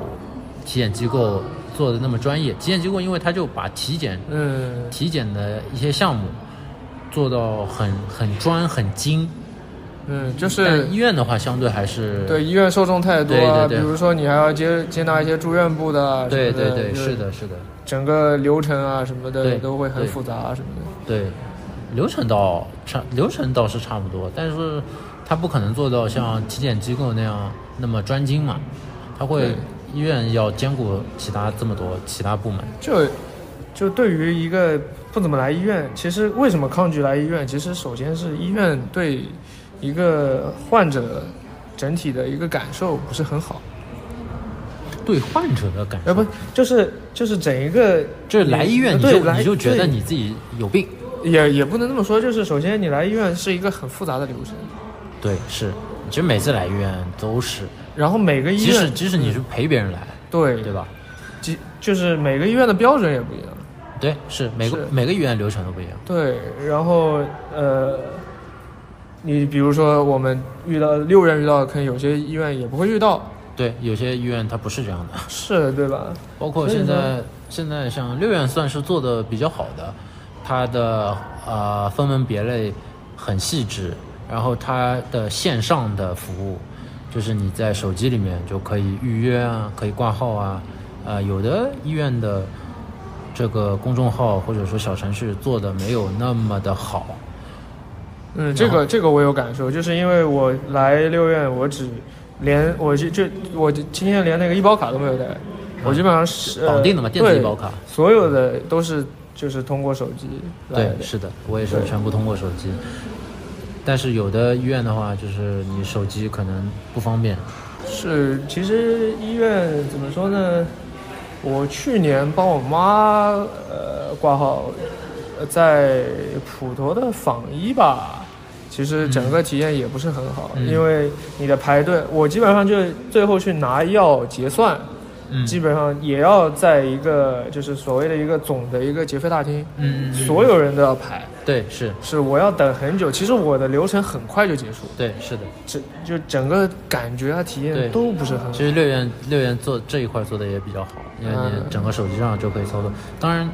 Speaker 1: 体检机构做的那么专业。体检机构因为它就把体检
Speaker 2: 嗯，
Speaker 1: 体检的一些项目做到很很专很精，
Speaker 2: 嗯，就是
Speaker 1: 但医院的话相对还是
Speaker 2: 对医院受众太多
Speaker 1: 对对
Speaker 2: 了，
Speaker 1: 对
Speaker 2: 比如说你还要接接纳一些住院部的啊，
Speaker 1: 对
Speaker 2: 什么
Speaker 1: 对
Speaker 2: 的
Speaker 1: 对
Speaker 2: 就是
Speaker 1: 的是的
Speaker 2: 整个流程啊什么的
Speaker 1: 对
Speaker 2: 都会很
Speaker 1: 对
Speaker 2: 复杂啊什么的。
Speaker 1: 对，流程倒差流程倒是差不多，但是它不可能做到像体检机构那样那么专精嘛，它会
Speaker 2: 对
Speaker 1: 医院要兼顾其他这么多其他部门，
Speaker 2: 就就对于一个不怎么来医院，其实为什么抗拒来医院？其实首先是医院对一个患者整体的一个感受不是很好，
Speaker 1: 对患者的感
Speaker 2: 呃，
Speaker 1: 受。
Speaker 2: 不就是就是整一个呃
Speaker 1: 就是来医院你
Speaker 2: 对
Speaker 1: 就
Speaker 2: 来
Speaker 1: 你就觉得
Speaker 2: 对
Speaker 1: 你自己有病，
Speaker 2: 也也不能这么说，就是首先你来医院是一个很复杂的流程，
Speaker 1: 对，是，其实每次来医院都是，
Speaker 2: 然后每个医
Speaker 1: 即使
Speaker 2: 院
Speaker 1: 即使你是陪别人来，
Speaker 2: 对
Speaker 1: 对吧？
Speaker 2: 即就是每个医院的标准也不一样。
Speaker 1: 对，是每个
Speaker 2: 是
Speaker 1: 每个医院流程都不一样。
Speaker 2: 对，然后呃，你比如说我们遇到六院遇到的坑，有些医院也不会遇到，
Speaker 1: 对，有些医院它不是这样的，
Speaker 2: 是对吧？
Speaker 1: 包括
Speaker 2: 所以
Speaker 1: 现
Speaker 2: 说
Speaker 1: 在现在像六院算是做的比较好的，它的呃分门别类很细致，然后它的线上的服务，就是你在手机里面就可以预约啊，可以挂号啊，呃，有的医院的这个公众号或者说小程序做的没有那么的好，
Speaker 2: 嗯，这个这个我有感受，就是因为我来六院，我只连我就就我今天连那个医保卡都没有带，我基本上是
Speaker 1: 绑定的嘛，电子医保，卡
Speaker 2: 呃。对所有的都是就是通过手机来
Speaker 1: 对
Speaker 2: 的，，
Speaker 1: 是的，我也是
Speaker 2: 对
Speaker 1: 全部通过手机。但是有的医院的话，就是你手机可能不方便。
Speaker 2: 是，其实医院怎么说呢？我去年帮我妈呃挂号，呃在普陀的访医吧，其实整个体验也不是很好，
Speaker 1: 嗯
Speaker 2: 因为你的排队，我基本上就最后去拿药结算，
Speaker 1: 嗯
Speaker 2: 基本上也要在一个就是所谓的一个总的一个结费大厅，
Speaker 1: 嗯
Speaker 2: 所有人都要排，
Speaker 1: 对是，
Speaker 2: 是我要等很久。其实我的流程很快就结束，
Speaker 1: 对是的。
Speaker 2: 整就整个感觉啊体
Speaker 1: 对
Speaker 2: 验都不是很好
Speaker 1: 其。实六院六院做这一块做的也比较好，因为你
Speaker 2: 嗯
Speaker 1: 整个手机上就可以操作。当然，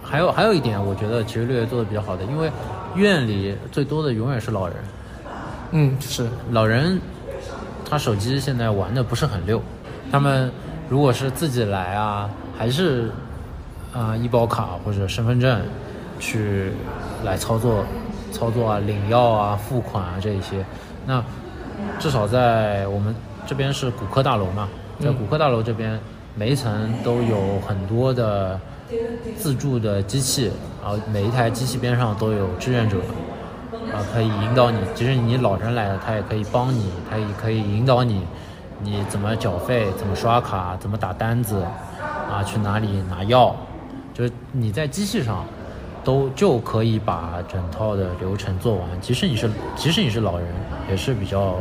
Speaker 1: 还有还有一点，我觉得其实六院做的比较好的，因为院里最多的永远是老人，
Speaker 2: 嗯，是，
Speaker 1: 老人他手机现在玩的不是很溜，他们如果是自己来啊，还是啊、医保卡或者身份证去来操作操作啊、领药啊、付款啊这一些，那至少在我们这边是骨科大楼嘛，在骨科大楼这边每一层都有很多的自助的机器，然后每一台机器边上都有志愿者。啊，可以引导你，即使你老人来了，他也可以帮你，他也可以引导你，你怎么缴费，怎么刷卡，怎么打单子，啊，去哪里拿药，就是你在机器上都就可以把整套的流程做完。即使你是即使你是老人，也是比较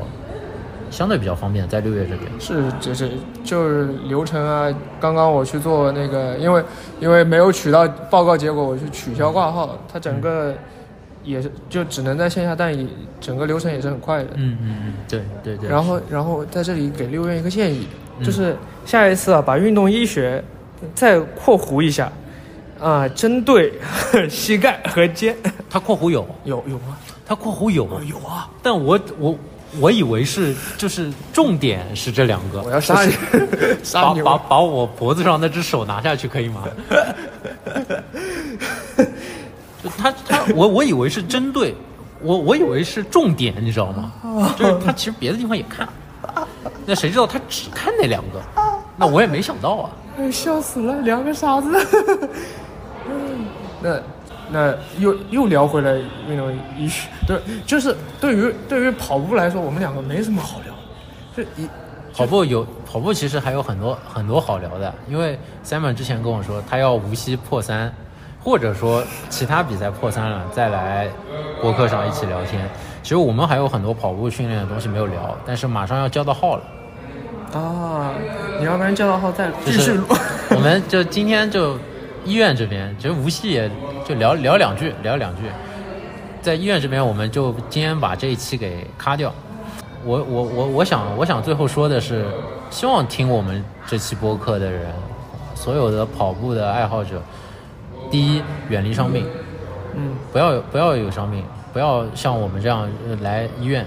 Speaker 1: 相对比较方便的，在六月这边。
Speaker 2: 是，就是就是流程啊。刚刚我去做那个，因为因为没有取到报告结果，我去取消挂号。它
Speaker 1: 嗯
Speaker 2: 整个也是就只能在线下，但也整个流程也是很快的。
Speaker 1: 嗯嗯嗯，对对对。
Speaker 2: 然后然后在这里给六院一个建议，
Speaker 1: 嗯
Speaker 2: 就是下一次啊，把运动医学再括弧一下啊，针对 (laughs) 膝盖和肩。
Speaker 1: 它括弧有，
Speaker 2: 有有吗？
Speaker 1: 它括弧有
Speaker 2: 哦
Speaker 1: 有啊，但我我我以为是就是重点是这两个。
Speaker 2: 我要杀你！杀 (laughs)
Speaker 1: 把 (laughs)
Speaker 2: 你！
Speaker 1: 把把我脖子上那只手拿下去可以吗？就他他我我以为是针对我我以为是重点，你知道吗？就是他其实别的地方也看，那谁知道他只看那两个？那我也没想到啊。
Speaker 2: 哎，笑死了，两个傻子。 (laughs) 那那又又聊回来运动医学，对，就是对于对于跑步来说，我们两个没什么好聊的，这一
Speaker 1: 跑步有跑步，其实还有很多很多好聊的，因为 Simon 之前跟我说他要无锡破三，或者说其他比赛破三了，再来播客上一起聊天。其实我们还有很多跑步训练的东西没有聊，但是马上要交到号了，
Speaker 2: 啊，你要不然叫到号再
Speaker 1: 就
Speaker 2: 继续
Speaker 1: 是
Speaker 2: (laughs) 录。
Speaker 1: (laughs) 我们就今天就医院这边，其实无锡也就聊聊两句，聊两句。在医院这边，我们就今天把这一期给卡掉。我我我我想我想最后说的是，希望听我们这期播客的人，所有的跑步的爱好者，第一远离伤病，
Speaker 2: 嗯，
Speaker 1: 不要有不要有伤病，不要像我们这样呃来医院，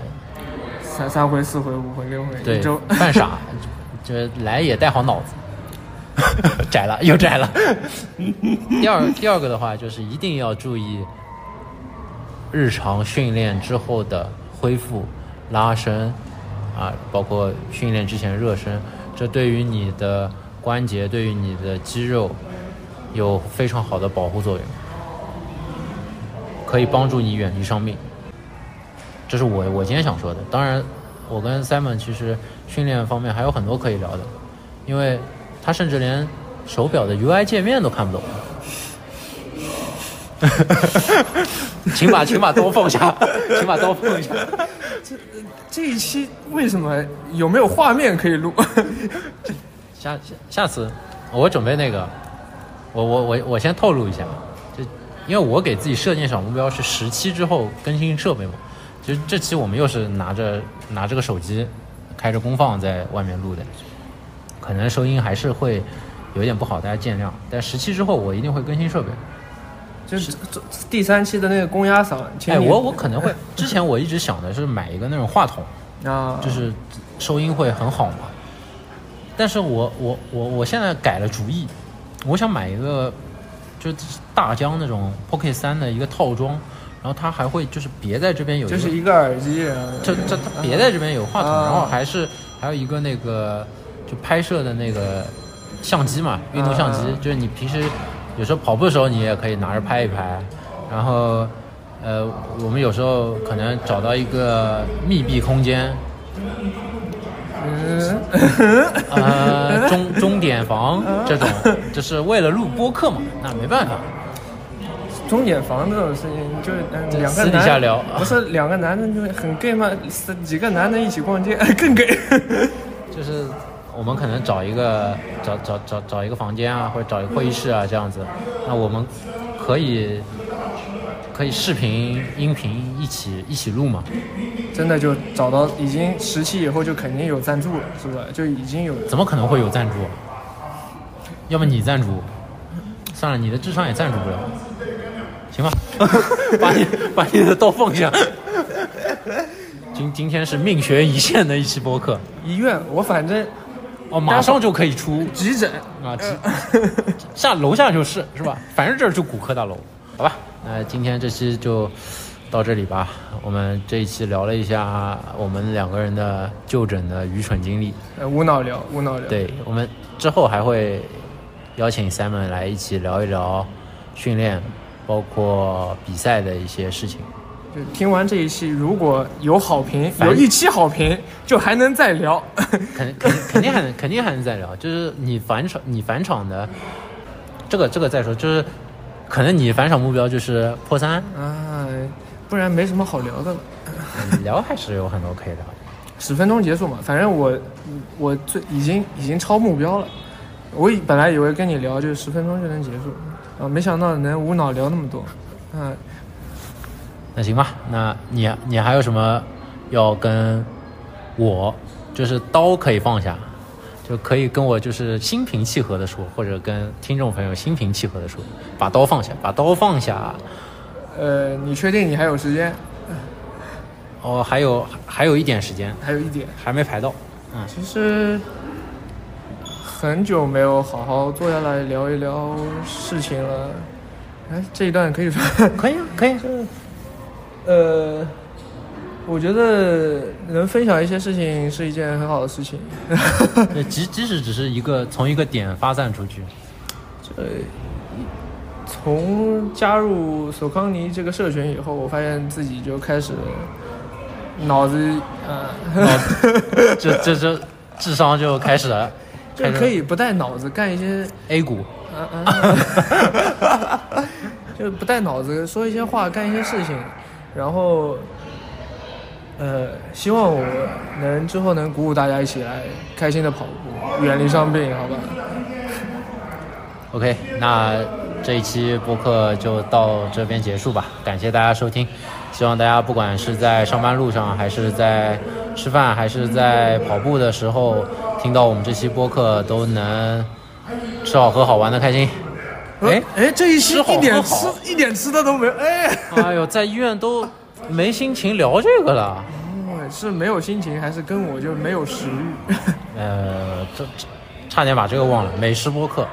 Speaker 2: 三三回、四回、五回、六回，
Speaker 1: 对
Speaker 2: 一周。
Speaker 1: 犯傻，这来也带好脑子。窄了又窄了。第二第二个的话就是一定要注意日常训练之后的恢复、拉伸啊，包括训练之前热身，这对于你的关节、对于你的肌肉有非常好的保护作用，可以帮助你远离伤病。这是我我今天想说的。当然，我跟 Simon 其实训练方面还有很多可以聊的，因为他甚至连手表的 UI 界面都看不懂。 (laughs) 请把请把刀放下，请把刀放下。
Speaker 2: 这一期为什么有没有画面可以录？ (laughs)
Speaker 1: 下下下次我准备那个，我我我我先透露一下，啊就因为我给自己设定小目标是十期之后更新设备嘛，就这期我们又是拿着拿这个手机开着功放在外面录的，可能收音还是会有一点不好，大家见谅。但十期之后我一定会更新设备。
Speaker 2: 就是这第三期的那个公鸭嗓，请
Speaker 1: 哎，
Speaker 2: 你
Speaker 1: 我我可能会，之前我一直想的是买一个那种话筒，
Speaker 2: 啊，
Speaker 1: 就是收音会很好嘛。但是我我我我现在改了主意，我想买一个就是大疆那种 Pocket 三的一个套装，然后它还会就是别在这边有一
Speaker 2: 就
Speaker 1: 个，
Speaker 2: 是一个耳机，
Speaker 1: 这这它别在这边有话筒，
Speaker 2: 啊
Speaker 1: 然后还是还有一个那个就拍摄的那个相机嘛，运动相机，
Speaker 2: 啊
Speaker 1: 就是你平时有时候跑步的时候你也可以拿着拍一拍，然后呃我们有时候可能找到一个密闭空间，
Speaker 2: 嗯，
Speaker 1: 呃，
Speaker 2: (laughs)
Speaker 1: 钟钟点房
Speaker 2: 啊
Speaker 1: 这种，就是为了录播客嘛，那没办法。
Speaker 2: 钟点房这种事情，就是嗯
Speaker 1: 这
Speaker 2: 两
Speaker 1: 私
Speaker 2: 个
Speaker 1: 底
Speaker 2: 男
Speaker 1: 下聊
Speaker 2: (laughs) 不是两个男的就是很 gay 吗？是几个男的一起逛街 (laughs) 更 gay。
Speaker 1: 就是我们可能找一个找找找找一个房间啊，或者找一个会议室啊这样子，那我们可以可以视频、音频一起一起录嘛。
Speaker 2: 真的就找到已经十期以后就肯定有赞助了，是吧？就已经有
Speaker 1: 怎么可能会有赞助？啊要么你赞助，算了，你的智商也赞助不了，行吧？ (laughs) 把你把你的刀放下。今今天是命悬一线的一期播客，
Speaker 2: 医院，我反正
Speaker 1: 哦，马上就可以出
Speaker 2: 急
Speaker 1: (laughs)
Speaker 2: 诊
Speaker 1: 啊，急下楼下就是是吧？ (laughs) 反正这儿就骨科大楼，好吧？那今天这期就到这里吧。我们这一期聊了一下我们两个人的就诊的愚蠢经历，
Speaker 2: 呃无脑聊，无脑聊。，
Speaker 1: 对我们之后还会邀请 Simon 来一起聊一聊训练，包括比赛的一些事情。
Speaker 2: 就听完这一期，如果有好评，
Speaker 1: 反
Speaker 2: 有一期好评，就还能再聊。 (laughs)
Speaker 1: 肯肯 (laughs) 肯定还能肯定还能再聊，就是你返场你返场的这个这个再说，就是可能你反场目标就是破三，
Speaker 2: 啊，不然没什么好聊的了。
Speaker 1: 嗯聊还是有很多可以聊的。
Speaker 2: 十分钟结束嘛，反正我我最已经已经超目标了。我以本来以为跟你聊就是十分钟就能结束，啊，没想到能无脑聊那么多。啊，
Speaker 1: 那行吧，那你你还有什么要跟我，就是刀可以放下，就可以跟我就是心平气和的说，或者跟听众朋友心平气和的说，把刀放下，把刀放下。
Speaker 2: 呃，你确定你还有时间？
Speaker 1: 哦，还有还有一点时间，
Speaker 2: 还有一点，
Speaker 1: 还没排到。嗯，
Speaker 2: 其实很久没有好好坐下来聊一聊事情了。哎，这一段可以说。 (laughs)
Speaker 1: 可以啊，可以啊。
Speaker 2: 呃，我觉得能分享一些事情是一件很好的事情。
Speaker 1: 呃即即使只是一个从一个点发散出去，
Speaker 2: 呃，从加入索康尼这个社群以后，我发现自己就开始脑子呃，
Speaker 1: 这这这智商就开始了，
Speaker 2: 就可以不带脑子干一些
Speaker 1: A 股。
Speaker 2: 啊啊，就是不带脑子说一些话，干一些事情，然后，呃，希望我能之后能鼓舞大家一起来开心的跑步，远离伤病，好吧？
Speaker 1: OK，那这一期播客就到这边结束吧，感谢大家收听，希望大家不管是在上班路上，还是在吃饭，还是在跑步的时候，听到我们这期播客都能吃好喝好玩的开心。哎，
Speaker 2: 哎，这一期
Speaker 1: 吃好
Speaker 2: 一点
Speaker 1: 喝好
Speaker 2: 吃一点吃的都没有，哎，
Speaker 1: 哎呦，在医院都没心情聊这个了。
Speaker 2: 我是没有心情，还是跟我就没有食欲？
Speaker 1: 呃，这这差点把这个忘了，美食播客。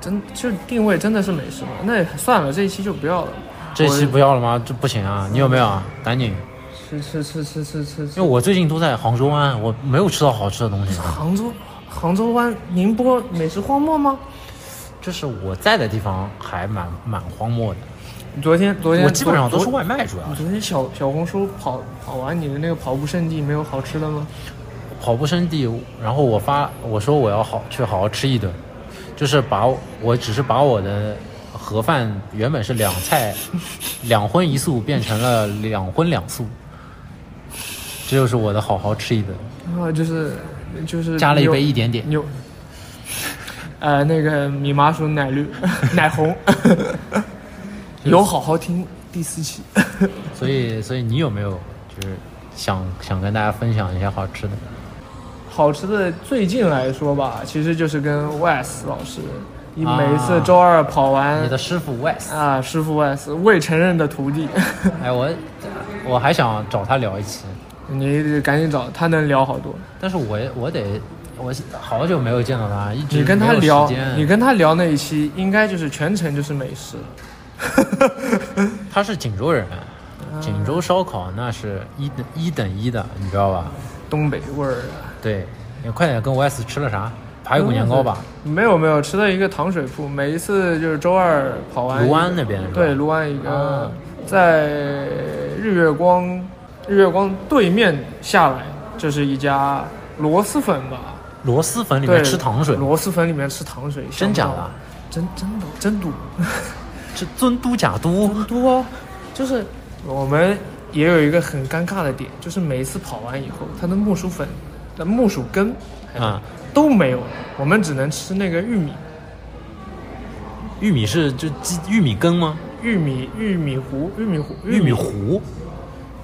Speaker 2: 真就定位真的是美食吗？那也算了，这一期就不要了。
Speaker 1: 这期不要了吗？这不行啊！你有没有啊？赶紧，
Speaker 2: 吃吃吃吃吃吃
Speaker 1: 因为
Speaker 2: 吃，
Speaker 1: 我最近都在杭州湾，我没有吃到好吃的东西。
Speaker 2: 杭州杭州湾宁波美食荒漠吗？
Speaker 1: 就是我在的地方还蛮蛮荒漠的，
Speaker 2: 昨天昨天
Speaker 1: 我基本上都
Speaker 2: 昨
Speaker 1: 是外卖主要
Speaker 2: 你
Speaker 1: 是。
Speaker 2: 昨天小小红书跑跑完你的那个跑步圣地，没有好吃的吗？
Speaker 1: 跑步圣地，然后我发我说我要好去好好吃一顿，就是把我我只是把我的盒饭原本是两 (laughs) 菜两荤一素变成了两荤两素，这就是我的好好吃一顿，
Speaker 2: 啊，就是就是
Speaker 1: 加了一
Speaker 2: 牛
Speaker 1: 杯一点点。
Speaker 2: 牛，呃，那个米麻薯奶绿 (laughs) 奶
Speaker 1: (laughs)
Speaker 2: 红，有好好听第四期。
Speaker 1: 所以，所以你有没有就是想想跟大家分享一些好吃的？
Speaker 2: 好吃的最近来说吧，其实就是跟 Wes 老师，你
Speaker 1: 啊
Speaker 2: 每次周二跑完
Speaker 1: 你的师傅 Wes，
Speaker 2: 啊，师傅 Wes 未承认的徒弟， (laughs)
Speaker 1: 哎，我我还想找他聊一期，
Speaker 2: 你得赶紧找他能聊好多。
Speaker 1: 但是我我得我好久没有见到他，一直
Speaker 2: 你跟他
Speaker 1: 没有
Speaker 2: 聊
Speaker 1: 时间，
Speaker 2: 你跟他聊那一期，应该就是全程就是美食。 (laughs)
Speaker 1: 他是锦州人，
Speaker 2: 啊
Speaker 1: 锦州烧烤那是一等一等一的，你知道吧？
Speaker 2: 东北味儿啊。
Speaker 1: 对，你快点跟 Wes 吃了啥？排骨年糕吧，
Speaker 2: 没有没有，吃的一个糖水铺，每一次就是周二跑完一个。
Speaker 1: 卢湾那边是吧
Speaker 2: 对，卢湾一个、
Speaker 1: 啊
Speaker 2: 在日月光日月光对面下来，这是一家螺蛳粉吧？
Speaker 1: 螺蛳粉里
Speaker 2: 对，
Speaker 1: 面吃糖水，
Speaker 2: 螺蛳粉里面吃糖水，
Speaker 1: 真假
Speaker 2: 想不
Speaker 1: 的
Speaker 2: 到？真真的真堵，
Speaker 1: 这尊嘟假嘟，
Speaker 2: 很多哦， (laughs) 就是我们也有一个很尴尬的点，就是每一次跑完以后，它的木薯粉、的木薯根
Speaker 1: 啊、
Speaker 2: 都没有了，我们只能吃那个玉米。
Speaker 1: 玉米是就鸡玉米羹吗？
Speaker 2: 玉米玉米糊玉米糊
Speaker 1: 玉米糊，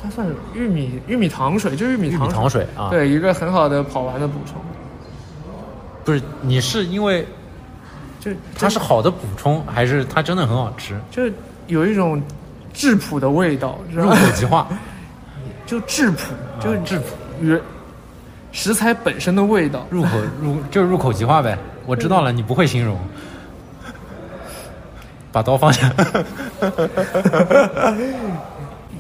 Speaker 2: 它算是玉米玉米糖水，就玉米
Speaker 1: 玉米
Speaker 2: 糖
Speaker 1: 糖水啊。
Speaker 2: 对，一个很好的跑完的补充。
Speaker 1: 不是，你是因为
Speaker 2: 就
Speaker 1: 它是好的补充，还是它真的很好
Speaker 2: (laughs)
Speaker 1: 吃？
Speaker 2: 就有一种质朴的味道，知道
Speaker 1: 入
Speaker 2: 吗？
Speaker 1: 口即化，
Speaker 2: 就质朴，就是
Speaker 1: 质朴，
Speaker 2: 原食材本身的味道。
Speaker 1: 入口入就是入口即化呗。我知道了，你不会形容。把刀放下。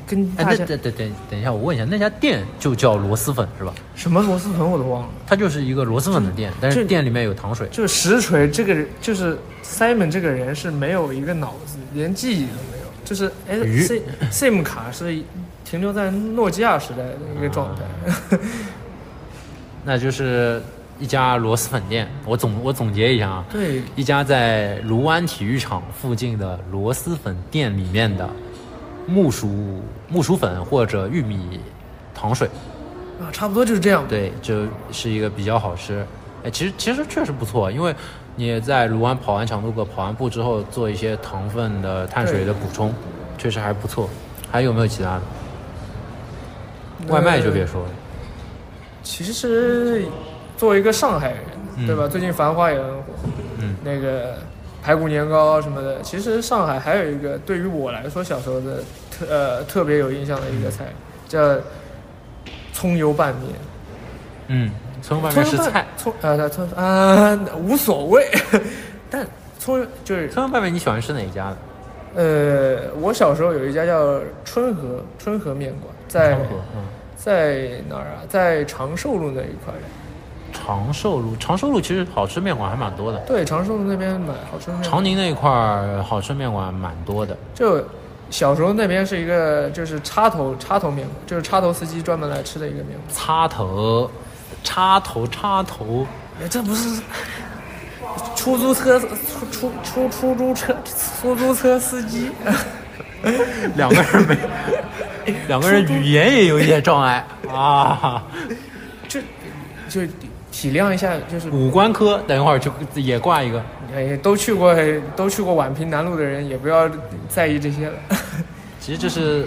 Speaker 2: 跟
Speaker 1: 哎，
Speaker 2: 大
Speaker 1: 那
Speaker 2: 家
Speaker 1: 等等等等一下，我问一下，那家店就叫螺蛳粉是吧？
Speaker 2: 什么螺蛳粉我都忘了，
Speaker 1: 它就是一个螺蛳粉的店，但是
Speaker 2: 这
Speaker 1: 店里面有糖水。
Speaker 2: 就是实锤这个人，就是 Simon 这个人是没有一个脑子，连记忆都没有，就是哎
Speaker 1: 鱼
Speaker 2: S- SIM 卡是
Speaker 1: 啊
Speaker 2: 停留在诺基亚时代的一个状态。
Speaker 1: 那就是一家螺蛳粉店，我总我总结一下啊，
Speaker 2: 对，
Speaker 1: 一家在卢湾体育场附近的螺蛳粉店里面的木薯木薯粉或者玉米糖水，
Speaker 2: 啊，差不多就是这样。
Speaker 1: 对，就是一个比较好吃。哎，其实其实确实不错，因为你在卢湾跑完长途个跑完步之后，做一些糖分的碳水的补充，确实还不错。还有没有其他的？外卖就别说了，
Speaker 2: 呃其实作为一个上海人，对吧？最近《繁花》也很火，
Speaker 1: 嗯，
Speaker 2: 那个排骨年糕什么的。其实上海还有一个对于我来说小时候的特呃特别有印象的一个菜，叫葱油拌面。
Speaker 1: 嗯，从外面是菜，， (laughs)
Speaker 2: 葱呃对葱啊无所谓， (laughs) 但葱油就是
Speaker 1: 川外面你喜欢吃哪一家的？
Speaker 2: 呃，我小时候有一家叫春和春和面馆，在
Speaker 1: 川河嗯，
Speaker 2: 在哪儿啊？在长寿路那一块。
Speaker 1: 长寿路，长寿路其实好吃面馆还蛮多的，
Speaker 2: 对，长寿路那边买好吃的面
Speaker 1: 长宁那一块儿好吃面馆蛮多的。
Speaker 2: 就小时候那边是一个就是插头插头面，就是插头司机专门来吃的一个面
Speaker 1: 插头，插头，插头，
Speaker 2: 馆。哎这不是出租车出出出出租车出租车司机，
Speaker 1: 两个人 (laughs) 没，两个人语言也有一点障碍 (laughs) 啊。
Speaker 2: 就 (laughs) 就体谅一下，就是
Speaker 1: 五官科，等一会儿就也挂一个。
Speaker 2: 哎，都去过都去过宛平南路的人，也不要在意这些了。 (laughs)
Speaker 1: 其实这是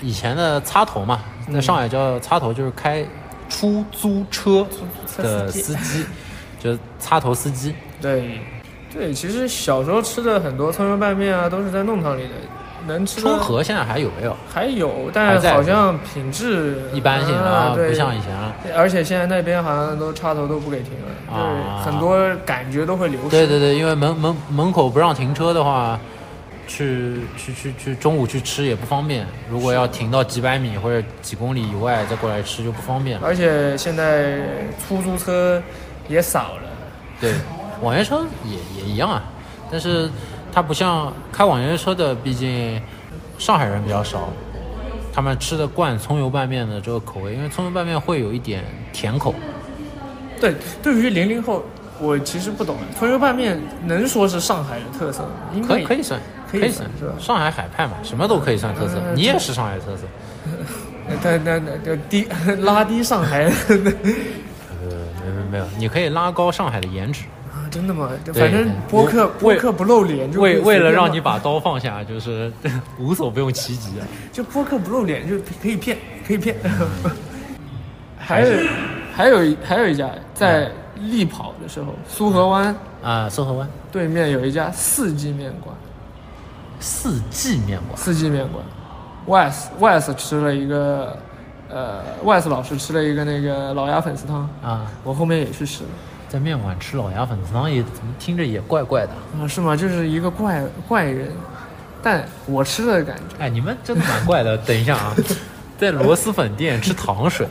Speaker 1: 以前的插头嘛，在上海叫插头，就是开出租车的司机，
Speaker 2: 嗯
Speaker 1: 就是插头司机。
Speaker 2: 对对，其实小时候吃的很多葱油拌面啊，都是在弄堂里的，能吃的
Speaker 1: 春和现在还有没有？
Speaker 2: 还有，
Speaker 1: 还
Speaker 2: 但
Speaker 1: 在
Speaker 2: 好像品质
Speaker 1: 一般性
Speaker 2: 啊，对
Speaker 1: 不像以前了。
Speaker 2: 而且现在那边好像都插头都不给停了，
Speaker 1: 啊
Speaker 2: 就是很多感觉都会流失。
Speaker 1: 对对对，因为门门门口不让停车的话，去去去去中午去吃也不方便。如果要停到几百米或者几公里以外再过来吃就不方便了。
Speaker 2: 而且现在出租车也少了，
Speaker 1: 对，网约车也也一样啊，但是它不像开网约车的，毕竟上海人比较少，他们吃得惯葱油拌面的这个口味，因为葱油拌面会有一点甜口。
Speaker 2: 对，对于零零后，我其实不懂，啊葱油拌面能说是上海的特色吗？应
Speaker 1: 可
Speaker 2: 该
Speaker 1: 以可以算，
Speaker 2: 可
Speaker 1: 以
Speaker 2: 以算
Speaker 1: 算
Speaker 2: 是吧
Speaker 1: 上海海派嘛，什么都可以算特色。
Speaker 2: 呃
Speaker 1: 你也是上海特色，
Speaker 2: 那那那那低 (laughs) 拉低上海
Speaker 1: 呃，没没没有，你可以拉高上海的颜值。
Speaker 2: (laughs) 啊，真的吗？
Speaker 1: 对
Speaker 2: 反正播客播
Speaker 1: 为
Speaker 2: 客不露脸就可以
Speaker 1: 为为
Speaker 2: 随
Speaker 1: 了
Speaker 2: 便
Speaker 1: 让
Speaker 2: 骂
Speaker 1: 你把刀放下，就是 (laughs) 无所不用其极啊。
Speaker 2: 就播客不露脸，就可以骗，可以 (laughs) 骗。还有还有还有一家在力跑的时候，苏河湾
Speaker 1: 啊，宋河湾
Speaker 2: 对面有一家四季面馆，
Speaker 1: 四季面馆，
Speaker 2: 四季面馆，Wes Wes 吃了一个，呃，Wes 老师吃了一个那个老鸭粉丝汤，
Speaker 1: 啊，
Speaker 2: 我后面也去吃了。
Speaker 1: 在面馆吃老鸭粉丝汤也怎么听着也怪怪的。
Speaker 2: 啊，是吗？就是一个怪怪人，但我吃的感觉
Speaker 1: 哎，你们真的蛮怪的。 (laughs) 等一下啊，在螺蛳粉店吃糖水，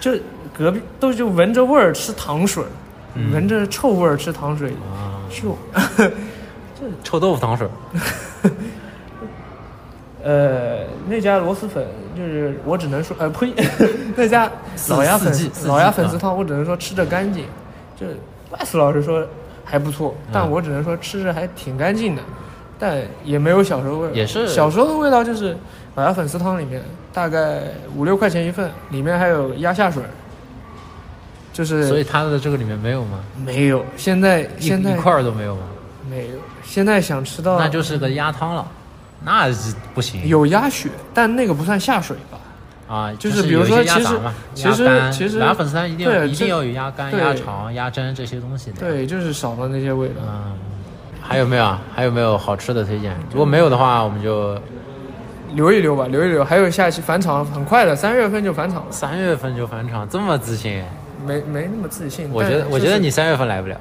Speaker 2: 就是隔壁都就闻着味儿吃糖水，
Speaker 1: 嗯
Speaker 2: 闻着臭味儿吃糖水，
Speaker 1: 啊，
Speaker 2: 就
Speaker 1: 臭豆腐糖水，
Speaker 2: 呃，那家螺蛳粉就是我只能说，呃，
Speaker 1: (laughs)
Speaker 2: 呸，那家老鸭粉
Speaker 1: 四季四季
Speaker 2: 老鸭粉丝汤，我只能说吃着干净。就 Wes 老师说还不错，但
Speaker 1: 嗯
Speaker 2: 我只能说吃着还挺干净的，但也没有小时候味儿。
Speaker 1: 也是
Speaker 2: 小时候的味道，就是老鸭粉丝汤里面大概五六块钱一份，里面还有鸭下水儿，就
Speaker 1: 所以
Speaker 2: 是
Speaker 1: 它的这个里面没有吗？
Speaker 2: 没有。现在
Speaker 1: 一
Speaker 2: 现在
Speaker 1: 一块儿都没有吗？
Speaker 2: 没有，现在想吃到
Speaker 1: 那就是个鸭汤了，那是不行
Speaker 2: 有鸭血，但那个不算下水吧？
Speaker 1: 啊。
Speaker 2: 就是是比如说
Speaker 1: 有一些鸭
Speaker 2: 其实
Speaker 1: 杂嘛，
Speaker 2: 其实
Speaker 1: 鸭肝
Speaker 2: 其实
Speaker 1: 老鸭粉丝汤一定要
Speaker 2: 对
Speaker 1: 一
Speaker 2: 这
Speaker 1: 定要有鸭肝、
Speaker 2: 对
Speaker 1: 鸭肠、鸭胗这些东西的。，
Speaker 2: 对，就是少了那些味道。
Speaker 1: 嗯，还有没有啊？还有没有好吃的推荐？如果没有的话，我们就
Speaker 2: 留一留吧，留一留。还有下期返场，很快的，三月份就返场了，
Speaker 1: 三月份就返场，这么自信？
Speaker 2: 没没那么自信。
Speaker 1: 我觉得，
Speaker 2: 但
Speaker 1: 我觉得
Speaker 2: 就是
Speaker 1: 你三月份来不了，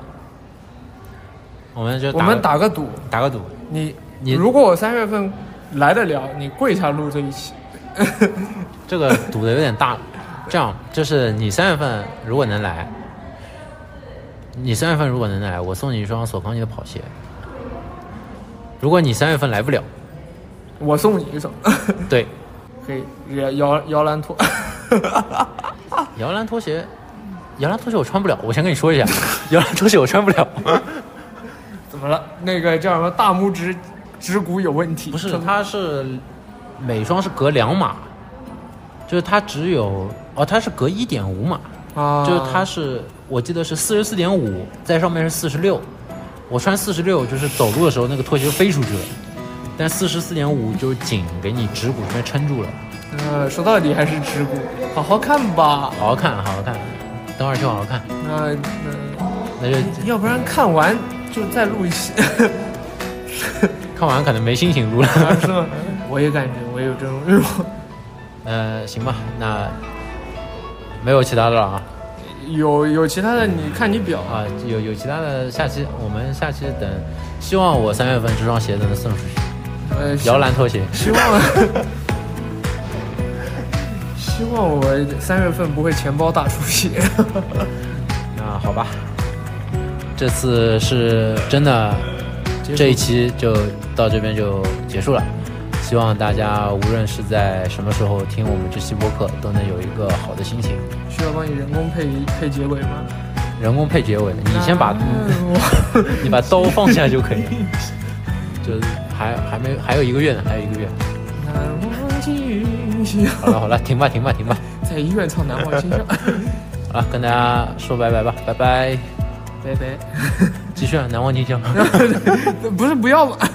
Speaker 1: 我们就
Speaker 2: 我们
Speaker 1: 打
Speaker 2: 打个赌，
Speaker 1: 打个赌，
Speaker 2: 你
Speaker 1: 你
Speaker 2: 如果我三月份来得了，你跪下录这一期。
Speaker 1: 这个赌的有点大。这样，就是你三月份如果能来，你三月份如果能来，我送你一双索康尼的跑鞋。如果你三月份来不了，
Speaker 2: 我送你一首， (laughs)
Speaker 1: 对，
Speaker 2: 可以摇摇摇篮兔。
Speaker 1: 摇篮拖鞋原来拖鞋我穿不了，我先跟你说一下， (laughs) 原来拖鞋我穿不了。
Speaker 2: (laughs) 怎么了？那个叫什么大拇指指骨有问题？
Speaker 1: 不是
Speaker 2: 怎，么
Speaker 1: 它是每双是隔两码，就是它只有哦，它是隔一点五码，
Speaker 2: 啊，
Speaker 1: 就是它是我记得是四十四点五，在上面是四十六，我穿四十六就是走路的时候那个拖鞋飞出去了，但四十四点五就紧给你指骨这边撑住了，
Speaker 2: 呃，说到底还是指骨，好好看吧。
Speaker 1: 好好看，好好看，等会儿就好好看，
Speaker 2: 那那
Speaker 1: 那就
Speaker 2: 要不然看完就再录一期， (laughs)
Speaker 1: 看完可能没心情录了。
Speaker 2: 啊 (laughs)
Speaker 1: (laughs)
Speaker 2: 是吗？我也感觉我也有这种欲望。
Speaker 1: 呃，行吧，那没有其他的了啊。
Speaker 2: 有有其他的，你看你表啊。
Speaker 1: 啊，有有其他的，下期我们下期等，希望我三月份这双鞋子能送出去，
Speaker 2: 呃，
Speaker 1: 摇篮拖鞋。
Speaker 2: 希望啊 (laughs) 希望我三月份不会钱包大出血。 (laughs)
Speaker 1: 那好吧，这次是真的，
Speaker 2: 结束
Speaker 1: 这一期就到这边就结束了。希望大家无论是在什么时候听我们这期播客，都能有一个好的心情。
Speaker 2: 需要帮你人工配配结尾吗？
Speaker 1: 人工配结尾，你先把、
Speaker 2: 啊我
Speaker 1: 你把刀放下就可以了。就还还没还有一个月呢，还有一个月。
Speaker 2: 难忘今宵，
Speaker 1: 好了好了，停吧停吧停吧。
Speaker 2: (laughs) 在医院唱难忘今宵，
Speaker 1: 好了，跟大家说拜拜吧，拜拜。
Speaker 2: (laughs) 拜拜。
Speaker 1: 继续啊，难忘今宵。
Speaker 2: 不是不要吧？